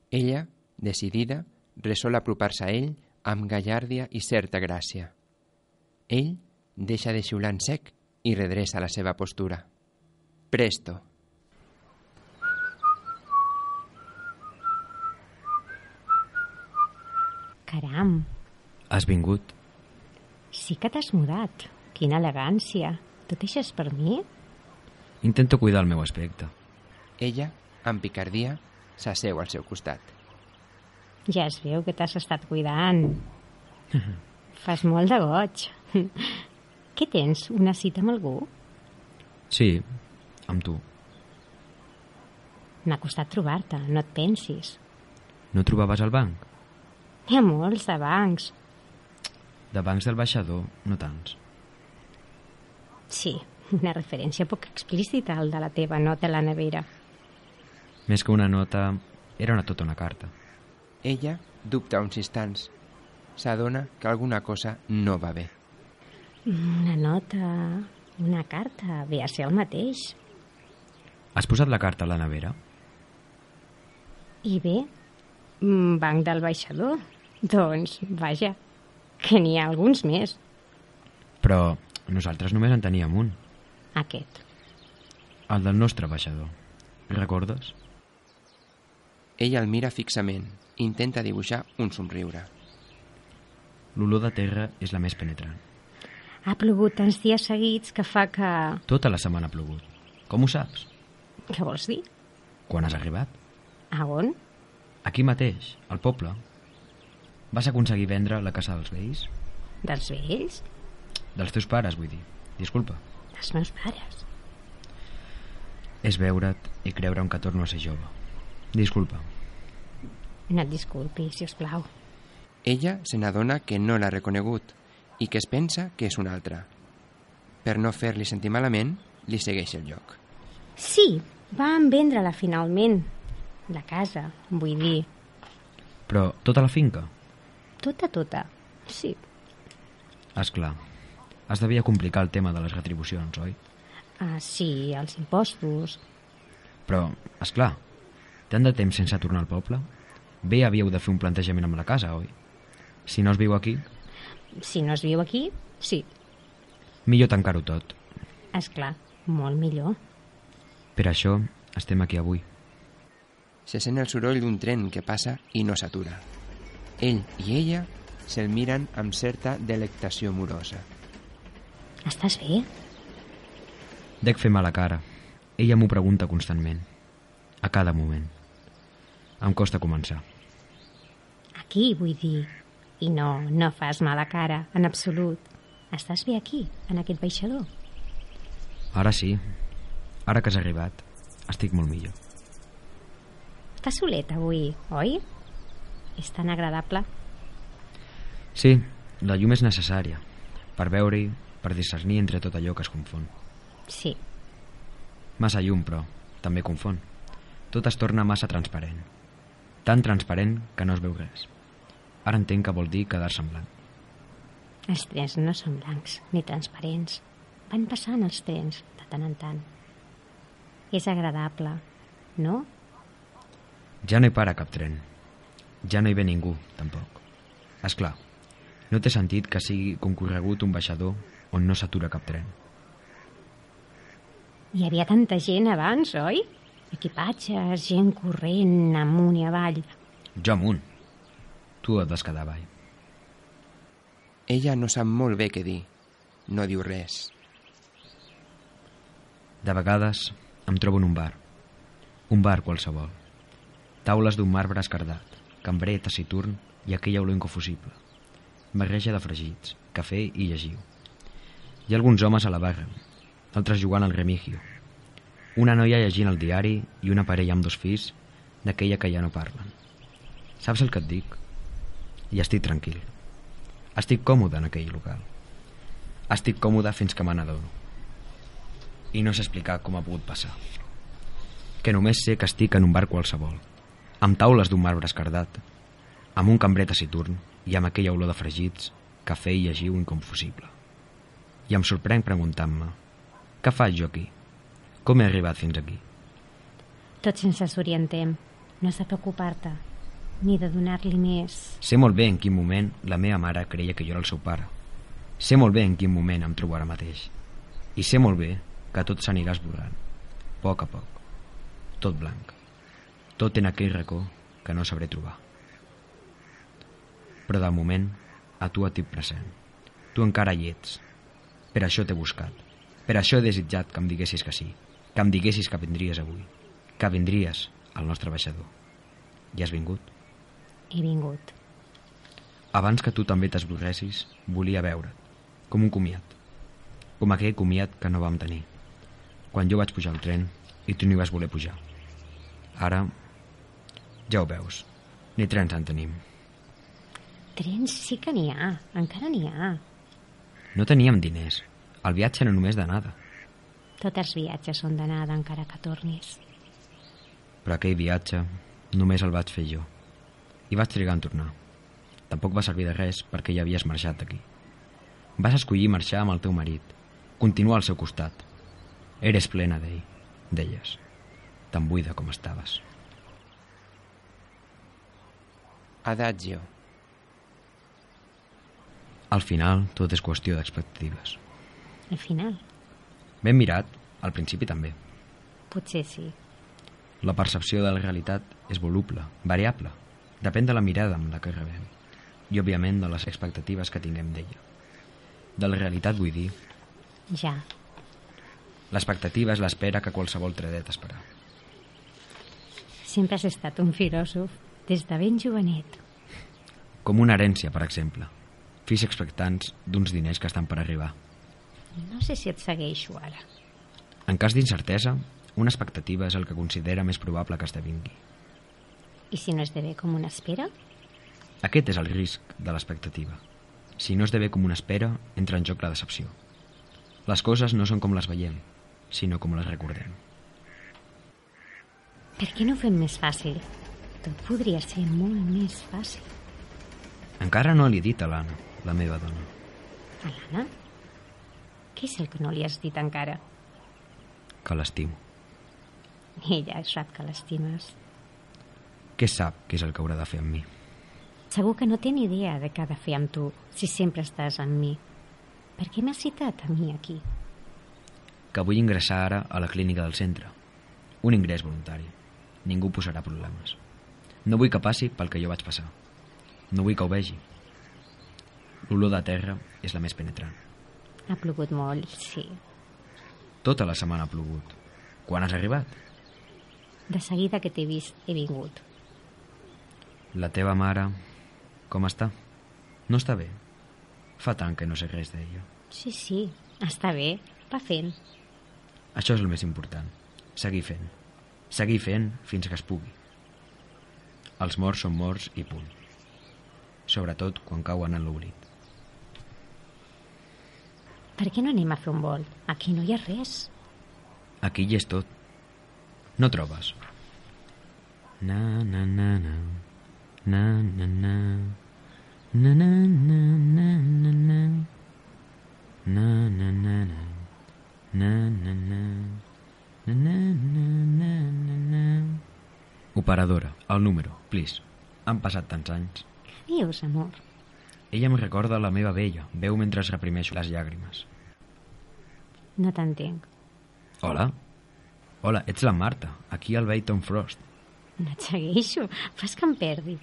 Ella, decidida, resol apropar-se a ell amb gallardia i certa gràcia. Ell deixa de xiular en sec i redreça la seva postura. Presto!
Caram,
Has vingut.
sí que t'has mudat. Quina elegància. Tot això és per mi?
Intento cuidar el meu aspecte.
Ella, amb picardia, s'asseu al seu costat.
Ja es veu que t'has estat cuidant. Fas molt de goig. Què tens? Una cita amb algú?
Sí, amb tu.
M'ha costat trobar-te, no et pensis.
No trobaves el banc?
Hi ha molts de bancs.
De bancs del baixador, no tants.
Sí, una referència poc explícita al de la teva nota a la nevera.
Més que una nota, era una tota una carta.
Ella dubta uns instants. S'adona que alguna cosa no va bé.
Una nota, una carta, ve a ser el mateix.
Has posat la carta a la nevera?
I bé, mm, banc del baixador. Doncs, vaja, que n'hi ha alguns més.
Però nosaltres només en teníem un,
Aquest.
el del nostre baixador. Recordes?
Ella el mira fixament, intenta dibuixar un somriure.
L'olor de terra és la més penetrant.
Ha plogut tants dies seguits que fa que...
Tota la setmana ha plogut. Com ho saps?
Què vols dir?
Quan has arribat?
A on?
Aquí mateix, al poble, vas aconseguir vendre la casa dels vells?
Dels vells?
Dels teus pares, vull dir. Disculpa.
Dels meus pares.
És veure't i creure'm que torno a ser jove. Disculpa.
No et disculpi, si us plau.
Ella se n'adona que no l'ha reconegut i que es pensa que és un altre. Per no fer-li sentir malament, li segueix el lloc.
Sí, van vendre-la finalment. La casa, vull dir.
Però tota la finca?
Tota, tota. Sí.
És clar. Es devia complicar el tema de les retribucions, oi?
Ah, sí, els impostos.
Però, és clar, tant de temps sense tornar al poble, bé havíeu de fer un plantejament amb la casa, oi? Si no es viu aquí,
Si no es viu aquí, sí.
millor tancar-ho tot.
És clar, molt millor.
Per això estem aquí avui.
Se sent el soroll d'un tren que passa i no s'atura. Ell i ella se'l miren amb certa delectació amorosa.
Estàs bé?
Dec fer mala cara. Ella m'ho pregunta constantment. A cada moment. Em costa començar.
Aquí, vull dir. I no, no fas mala cara, en absolut. Estàs bé aquí, en aquest baixador.
Ara sí. Ara que has arribat, estic molt millor.
Està solet avui, oi? És tan agradable.
Sí, la llum és necessària. Per veure-hi, per discernir entre tot allò que es confon.
Sí,
Massa llum, però, també confon. Tot es torna massa transparent. Tan transparent que no es veu res. Ara entenc que vol dir quedar-se en blanc.
els trens no són blancs ni transparents. Van passant els trens de tant en tant. És agradable, no?
Ja no hi para cap tren. Ja no hi ve ningú, tampoc. És clar, no té sentit que sigui concorregut un baixador on no s'atura cap tren.
Hi havia tanta gent abans, oi? Equipatges, gent corrent amunt i avall.
Jo amunt. Tu et vas quedar avall.
Ella no sap molt bé què dir. No diu res.
De vegades em trobo en un bar. Un bar qualsevol. Taules d'un marbre escardat, cambrer taciturn i aquella olor inconfusible. Barreja de fregits, cafè i llegiu. Hi ha alguns homes a la barra, altres jugant al remigio. Una noia llegint el diari i una parella amb dos fills d'aquella que ja no parlen. Saps el que et dic? I estic tranquil. Estic còmode en aquell local. Estic còmode fins que me n'adono i no sé explicar com ha pogut passar. Que només sé que estic en un bar qualsevol, amb taules d'un marbre escardat, amb un cambrer taciturn i amb aquella olor de fregits, cafè i llegiu inconfusible. I em sorprenc preguntant-me, què faig jo aquí? Com he arribat fins aquí?
Tots ens desorientem. No has de preocupar-te, ni de donar-li més.
Sé molt bé en quin moment la meva mare creia que jo era el seu pare. Sé molt bé en quin moment em trobo ara mateix. I sé molt bé que tot s'anirà esborrant, a poc a poc. Tot blanc. Tot en aquell racó que no sabré trobar. Però de moment, a tu et tinc present. Tu encara hi ets. Per això t'he buscat. Per això he desitjat que em diguessis que sí. Que em diguessis que vindries avui. Que vindries al nostre baixador. I has vingut.
He vingut.
Abans que tu també t'esborressis, volia veure't, com un comiat. Com aquell comiat que no vam tenir. Quan jo vaig pujar al tren i tu no hi vas voler pujar. Ara, ja ho veus, ni trens en tenim.
Trens sí que n'hi ha, encara n'hi ha.
No teníem diners. El viatge era només d'anada.
Tots els viatges són d'anada encara que tornis.
Però aquell viatge només el vaig fer jo. I vaig trigar en tornar. Tampoc va servir de res perquè ja havies marxat d'aquí. Vas escollir marxar amb el teu marit. Continuar al seu costat. Eres plena d'ell, d'elles. Tan buida com estaves.
Adagio.
Al final, tot és qüestió d'expectatives.
Al final,
Ben mirat, al principi també.
potser sí.
La percepció de la realitat és voluble, variable. Depèn de la mirada amb la que rebem i, òbviament, de les expectatives que tinguem d'ella. De la realitat vull dir
Ja,
L'expectativa és l'espera que qualsevol tradet espera.
Sempre has estat un filòsof des de ben jovenet.
Com una herència, per exemple. Fills expectants d'uns diners que estan per arribar.
No sé si et segueixo ara.
En cas d'incertesa, una expectativa és el que considera més probable que esdevingui.
I si no esdevé com una espera?
Aquest és el risc de l'expectativa. Si no esdevé com una espera, entra en joc la decepció. Les coses no són com les veiem, sinó com les recordem.
Per què no ho fem més fàcil? Tot podria ser molt més fàcil.
Encara no li he dit a l'Anna, la meva dona.
A l'Anna? Què és el que no li has dit encara?
que l'estimo.
Ella sap que l'estimes.
Què sap que és el que haurà de fer amb mi?
Segur que no té ni idea de què ha de fer amb tu si sempre estàs amb mi. Per què m'has citat a mi aquí?
Que vull ingressar ara a la clínica del centre. Un ingrés voluntari. Ningú posarà problemes. No vull que passi pel que jo vaig passar. No vull que ho vegi. L'olor de terra és la més penetrant.
Ha plogut molt, sí.
Tota la setmana ha plogut. Quan has arribat?
De seguida que t'he vist, he vingut.
La teva mare... Com està? No està bé. Fa tant que no sé res d'ella.
Sí, sí, està bé, va fent.
Això és el més important. Seguir fent. Seguir fent fins que es pugui. Els morts són morts i punt. Sobretot quan cauen en l'oblit.
Per què no anem a fer un vol? Aquí no hi ha res.
Aquí hi és tot. No trobes. Na, na, na, na. Na, na, na. Na, na, na, na, na, na. Na, na, na, na. Na, na, na. Na, na, na, na, na, na. Operadora, el número, please. Han passat tants anys.
Dius, amor.
Ella em recorda la meva vella, veu mentre es reprimeixo les llàgrimes.
No t'entenc.
Hola? Hola, ets la Marta, aquí al Bayton Frost.
No et segueixo. Fas que em perdi.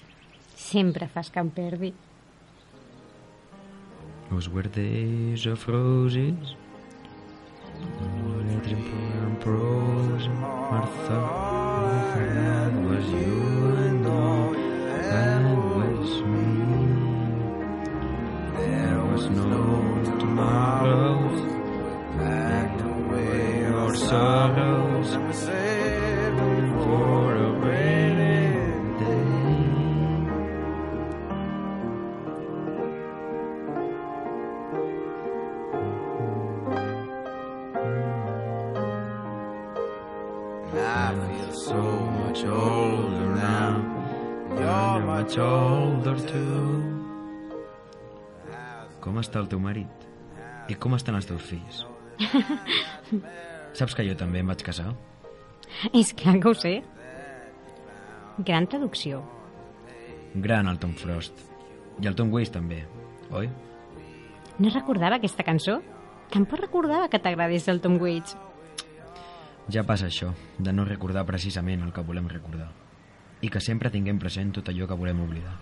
Sempre fas que em perdi.
Those were days of roses. What a dream and prose, Martha. That was you and all that was me. There was no tomorrows, packed away our sorrows, for a rainy day. I feel so much older now. You're much older too. Com està el teu marit? I com estan els teus fills? Saps que jo també em vaig casar?
És clar que ho sé. Gran traducció.
Gran el Tom Frost. I el Tom Waits també, oi?
No recordava aquesta cançó? Tampoc recordava que t'agradés el Tom Waits.
Ja passa això, de no recordar precisament el que volem recordar. I que sempre tinguem present tot allò que volem oblidar.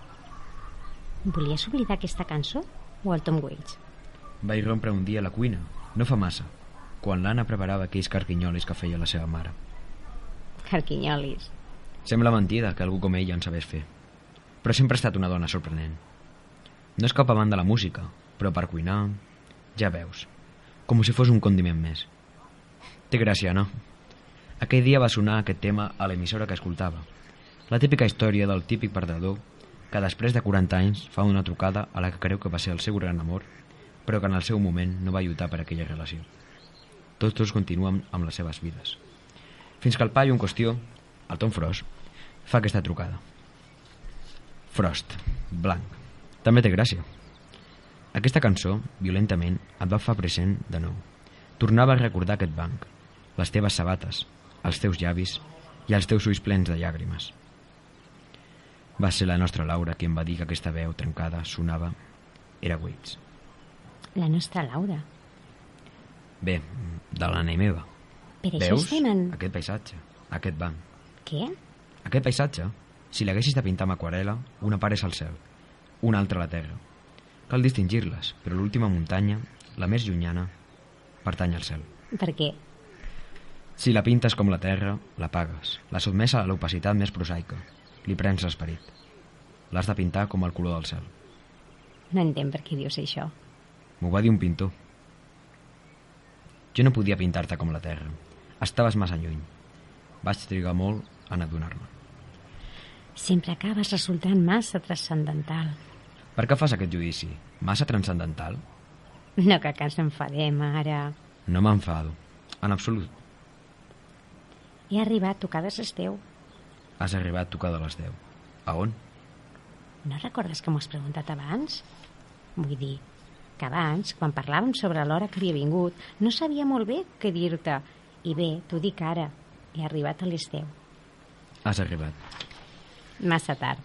Volies oblidar aquesta cançó o el Tom Waits?
Vaig rompre un dia a la cuina, no fa massa, quan l'Anna preparava aquells carquinyolis que feia la seva mare.
Carquinyolis.
Sembla mentida que algú com ella en sabés fer. Però sempre ha estat una dona sorprenent. No és cap amant de la música, però per cuinar... Ja veus. Com si fos un condiment més. Té gràcia, no? Aquell dia va sonar aquest tema a l'emissora que escoltava. La típica història del típic perdedor que després de 40 anys fa una trucada a la que creu que va ser el seu gran amor, però que en el seu moment no va lluitar per aquella relació. Tots dos continuen amb les seves vides. Fins que el paio en qüestió, el Tom Frost, fa aquesta trucada. Frost, blanc. També té gràcia. Aquesta cançó, violentament, et va fer present de nou. Tornava a recordar aquest banc, les teves sabates, els teus llavis i els teus ulls plens de llàgrimes. Va ser la nostra Laura qui em va dir que aquesta veu trencada sonava... Era Waits.
La nostra Laura.
Bé, de l'Anna i meva.
Per això
Veus?
estem en...
Aquest paisatge, aquest banc.
Què?
Aquest paisatge, si l'haguessis de pintar amb aquarela, una part és al cel, una altra a la terra. Cal distingir-les, però l'última muntanya, la més llunyana, pertany al cel.
Per què?
Si la pintes com la terra, la pagues. La sotmesa a l'opacitat més prosaica. Li prens l'esperit. L'has de pintar com el color del cel.
No entenc per què dius això.
M'ho va dir un pintor. Jo no podia pintar-te com la terra. Estaves massa lluny. Vaig trigar molt en adonar-me.
Sempre acabes resultant massa transcendental.
Per què fas aquest judici? Massa transcendental?
No que ens enfadem ara.
No m'enfado. En absolut.
He arribat tocades les 10.
Has arribat tocada a les 10. A on?
No recordes que m'ho has preguntat abans? Vull dir, que abans, quan parlàvem sobre l'hora que havia vingut, no sabia molt bé què dir-te. I bé, t'ho dic ara. He arribat a les 10.
Has arribat.
Massa tard.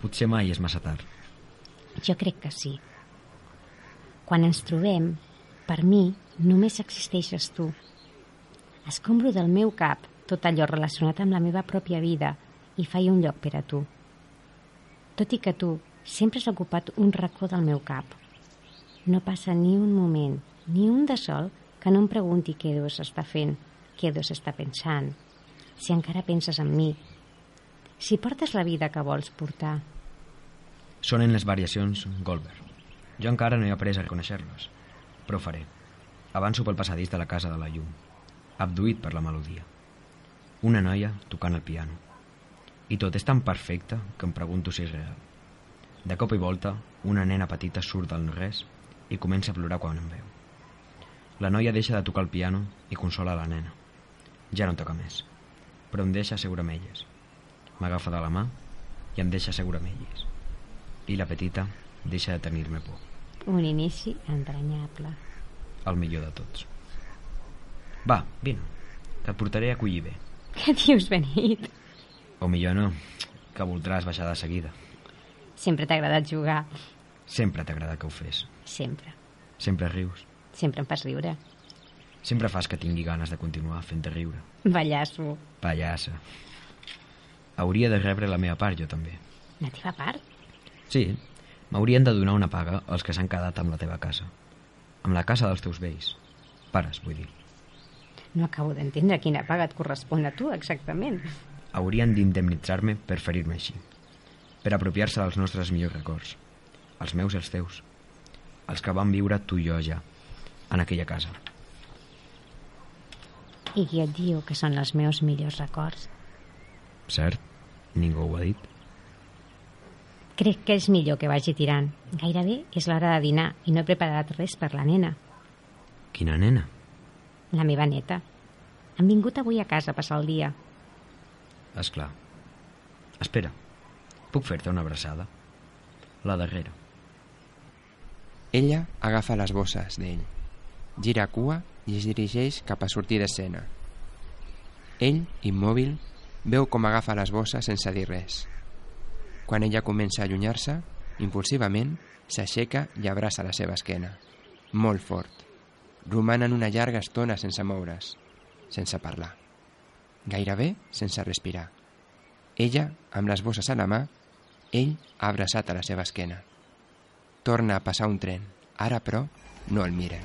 Potser mai és massa tard.
Jo crec que sí. Quan ens trobem, per mi, només existeixes tu. Escombro del meu cap tot allò relacionat amb la meva pròpia vida i faig un lloc per a tu. Tot i que tu sempre has ocupat un racó del meu cap. No passa ni un moment, ni un de sol, que no em pregunti què Déus està fent, què Déus està pensant, si encara penses en mi, si portes la vida que vols portar.
Sonen les variacions Goldberg. Jo encara no he après a reconèixer-les, però ho faré. Avanço pel passadís de la casa de la llum, abduït per la melodia. Una noia tocant el piano. I tot és tan perfecte que em pregunto si és real. De cop i volta, una nena petita surt del no-res i comença a plorar quan em veu. La noia deixa de tocar el piano i consola la nena. Ja no toca més, però em deixa asseure amb elles. M'agafa de la mà i em deixa asseure amb elles. I la petita deixa de tenir-me por,
Un inici entranyable.
el millor de tots. Va, vine, que et portaré a collir bé.
Què dius, Benit?
O millor no, que voldràs baixar de seguida.
Sempre t'ha agradat jugar.
Sempre t'agrada que ho fes.
Sempre.
Sempre rius.
Sempre em fas riure.
Sempre fas que tingui ganes de continuar fent-te riure.
Ballasso.
Pallassa. Hauria de rebre la meva part, jo també.
La teva part?
Sí, m'haurien de donar una paga als que s'han quedat amb la teva casa. Amb la casa dels teus vells. Pares, vull dir.
No acabo d'entendre quina paga et correspon a tu exactament.
Haurien d'indemnitzar-me per ferir-me així. Per apropiar-se dels nostres millors records. Els meus i els teus. Els que vam viure tu i jo ja. En aquella casa.
I qui et diu que són els meus millors records?
Cert? Ningú ho ha dit?
Crec que és millor que vagi tirant. Gairebé és l'hora de dinar i no he preparat res per la nena,
Quina nena.
la meva neta. Han vingut avui a casa a passar el dia.
És clar. Espera. Puc fer-te una abraçada? La darrera.
Ella agafa les bosses d'ell, gira cua i es dirigeix cap a sortir d'escena. Ell, immòbil, veu com agafa les bosses sense dir res. Quan ella comença a allunyar-se, impulsivament, s'aixeca i abraça la seva esquena. Molt fort. Romanen una llarga estona sense moure's, sense parlar. Gairebé sense respirar. Ella, amb les bosses a la mà, ell abraçat a la seva esquena. Torna a passar un tren. Ara, però, no el miren.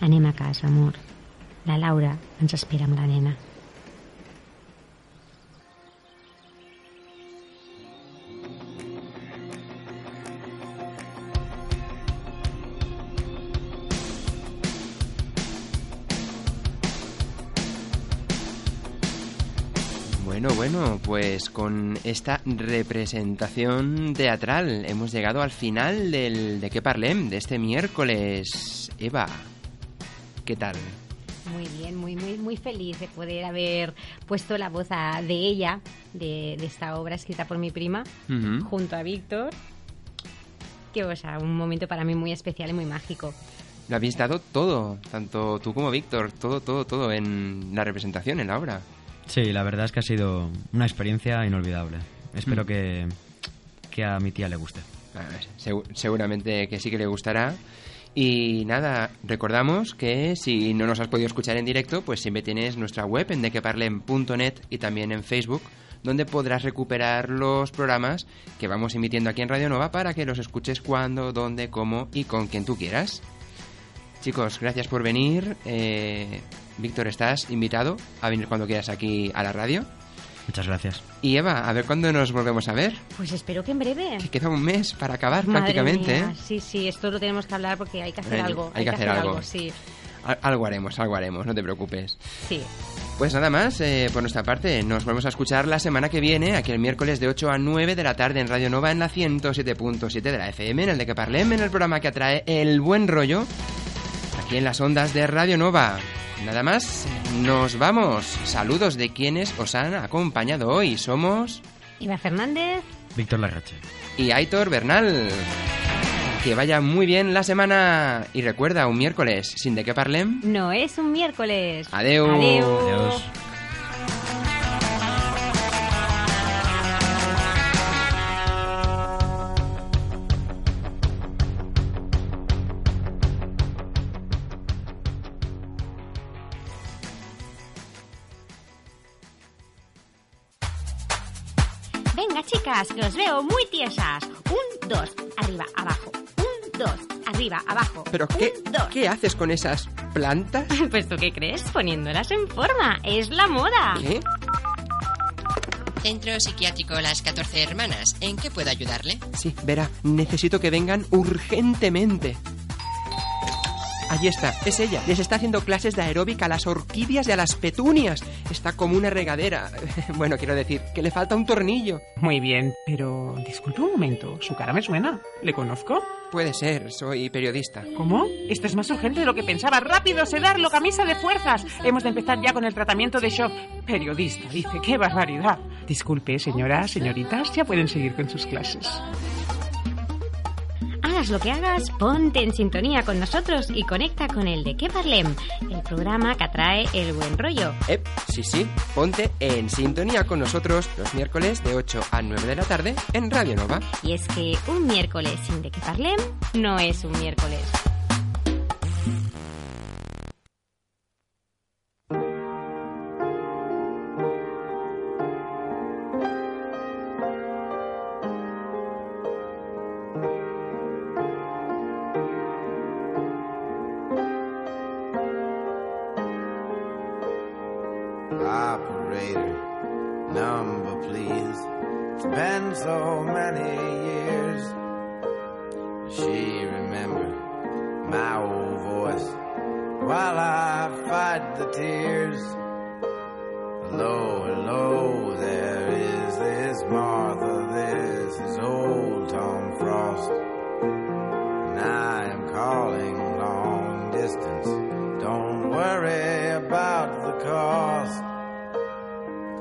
Anem a casa, amor. La Laura ens espera amb la nena.
Bueno, bueno, pues con esta representación teatral hemos llegado al final del de qué parlem de este miércoles. Eva, ¿qué tal?
Muy bien, muy, muy, muy feliz de poder haber puesto la voz a- de ella, de, de esta obra escrita por mi prima,
Ujú.
junto a Víctor. Que, o sea, un momento para mí muy especial y muy mágico.
Lo habéis dado todo, tanto tú como Víctor, todo, todo, todo en la representación, en la obra.
Sí, la verdad es que ha sido una experiencia inolvidable. Espero que, que a mi tía le guste.
Ah, segu- seguramente que sí que le gustará. Y nada, recordamos que si no nos has podido escuchar en directo, pues siempre tienes nuestra web en dequeparlem.net y también en Facebook, donde podrás recuperar los programas que vamos emitiendo aquí en Radio Nova para que los escuches cuando, dónde, cómo y con quien tú quieras. Chicos, gracias por venir. Eh, Víctor, estás invitado a venir cuando quieras aquí a la radio.
Muchas gracias.
Y Eva, a ver cuándo nos volvemos a ver.
Pues espero que en breve.
Que queda un mes para acabar
Madre
prácticamente.
mía,
¿eh?
Sí, sí, esto lo tenemos que hablar porque hay que hacer
Bueno,
algo.
hay que hacer algo.
sí.
Al- Algo haremos, algo haremos, no te preocupes.
Sí.
Pues nada más, eh, por nuestra parte, nos volvemos a escuchar la semana que viene, aquí el miércoles de 8 a 9 de la tarde en Radio Nova en la 107.7 de la FM, en el de que parlem, en el programa que atrae el buen rollo, aquí en las ondas de Radio Nova. Nada más, nos vamos. Saludos de quienes os han acompañado hoy. Somos
Eva Fernández,
Víctor Larrache.
y Aitor Bernal. Que vaya muy bien la semana. Y recuerda, un miércoles, sin de qué parlem.
no es un miércoles.
Adeu.
Adeu.
Adiós.
Venga, chicas, que os veo muy tiesas. Un, dos, arriba, abajo. Un, dos, arriba, abajo.
¿Pero
Un,
qué,
dos.
qué haces con esas plantas?
Pues tú qué crees, poniéndolas en forma. Es la moda.
¿Qué?
Centro Psiquiátrico Las 14 Hermanas, ¿en qué puedo ayudarle?
Sí, verá, necesito que vengan urgentemente. Allí está, es ella. Les está haciendo clases de aeróbica a las orquídeas y a las petunias. Está como una regadera. Bueno, quiero decir, que le falta un tornillo.
Muy bien, pero disculpe un momento, su cara me suena. ¿Le conozco?
Puede ser, soy periodista.
¿Cómo? Esto es más urgente de lo que pensaba. Rápido, sedarlo, camisa de fuerzas. Hemos de empezar ya con el tratamiento de shock. Periodista, dice, qué barbaridad. Disculpe, señoras, señoritas, ya pueden seguir con sus clases.
Hagas lo que hagas, ponte en sintonía con nosotros y conecta con el de Que Parlem, el programa que atrae el buen rollo.
Eh, sí, sí, ponte en sintonía con nosotros los miércoles de 8 a 9 de la tarde en Radio Nova.
Y es que un miércoles sin de Que Parlem no es un miércoles.
Operator, number please. It's been so many years. She remembered my old voice while I fight the tears. Hello, hello, there is this Martha, this is old Tom Frost. And I am calling long distance. Don't worry about the cost.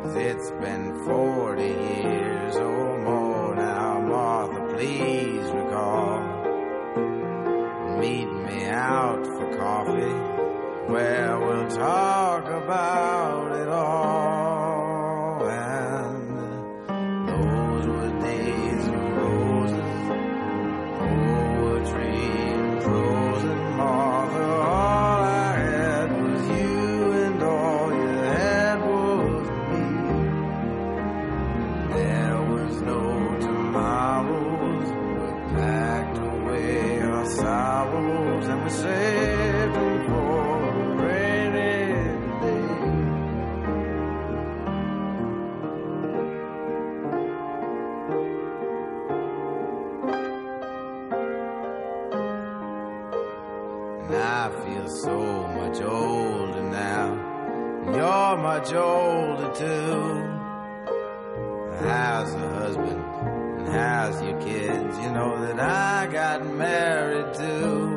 Cause it's been 40 years or more now, Martha, please recall. Meet me out for coffee, where we'll talk about it all. And those were days of roses. Poetry and prose and Martha, all I had was you, and all you had was me. There was no tomorrows. We packed away our sorrows, and we saved them for a rainy day. And I feel so much older now. And you're much older too. How's a husband? And how's your kids? You know that I got married too.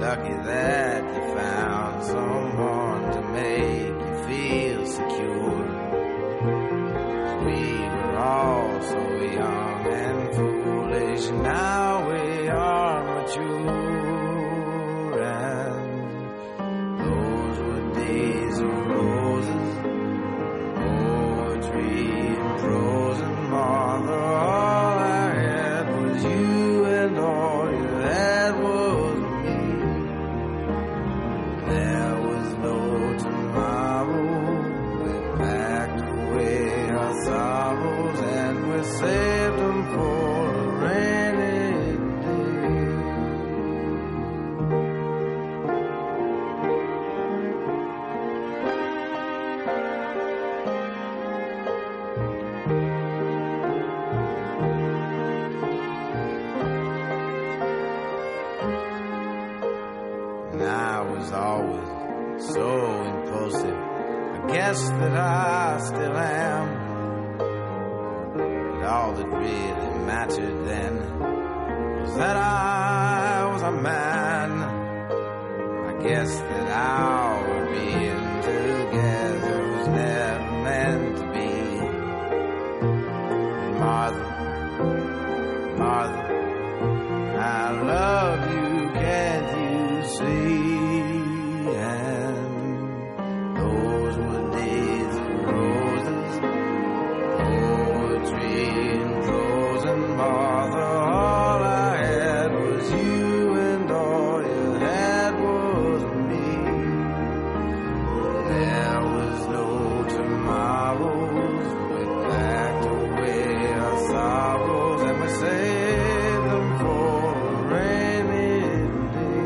Lucky that you found someone to make you feel secure. We were all so young and foolish. Now we are mature, and those were days of roses, poetry and prose and Martha. All I had was you, and all you had was me. There was no tomorrow. We packed away our sorrows and we saved them for a rainy day. guess that I still am. And all that really mattered then was that I was a man. I guess that our being together was never meant to be. And Martha, Martha, I love you, can't you see? And those were days of roses, poetry and prose and Martha. All I had was you, and all you had was me. There was no tomorrows. We packed away our sorrows, and we saved them for a rainy day.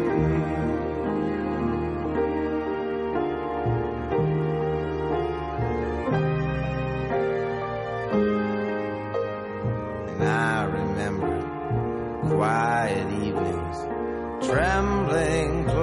And I remember quiet evenings, trembling close.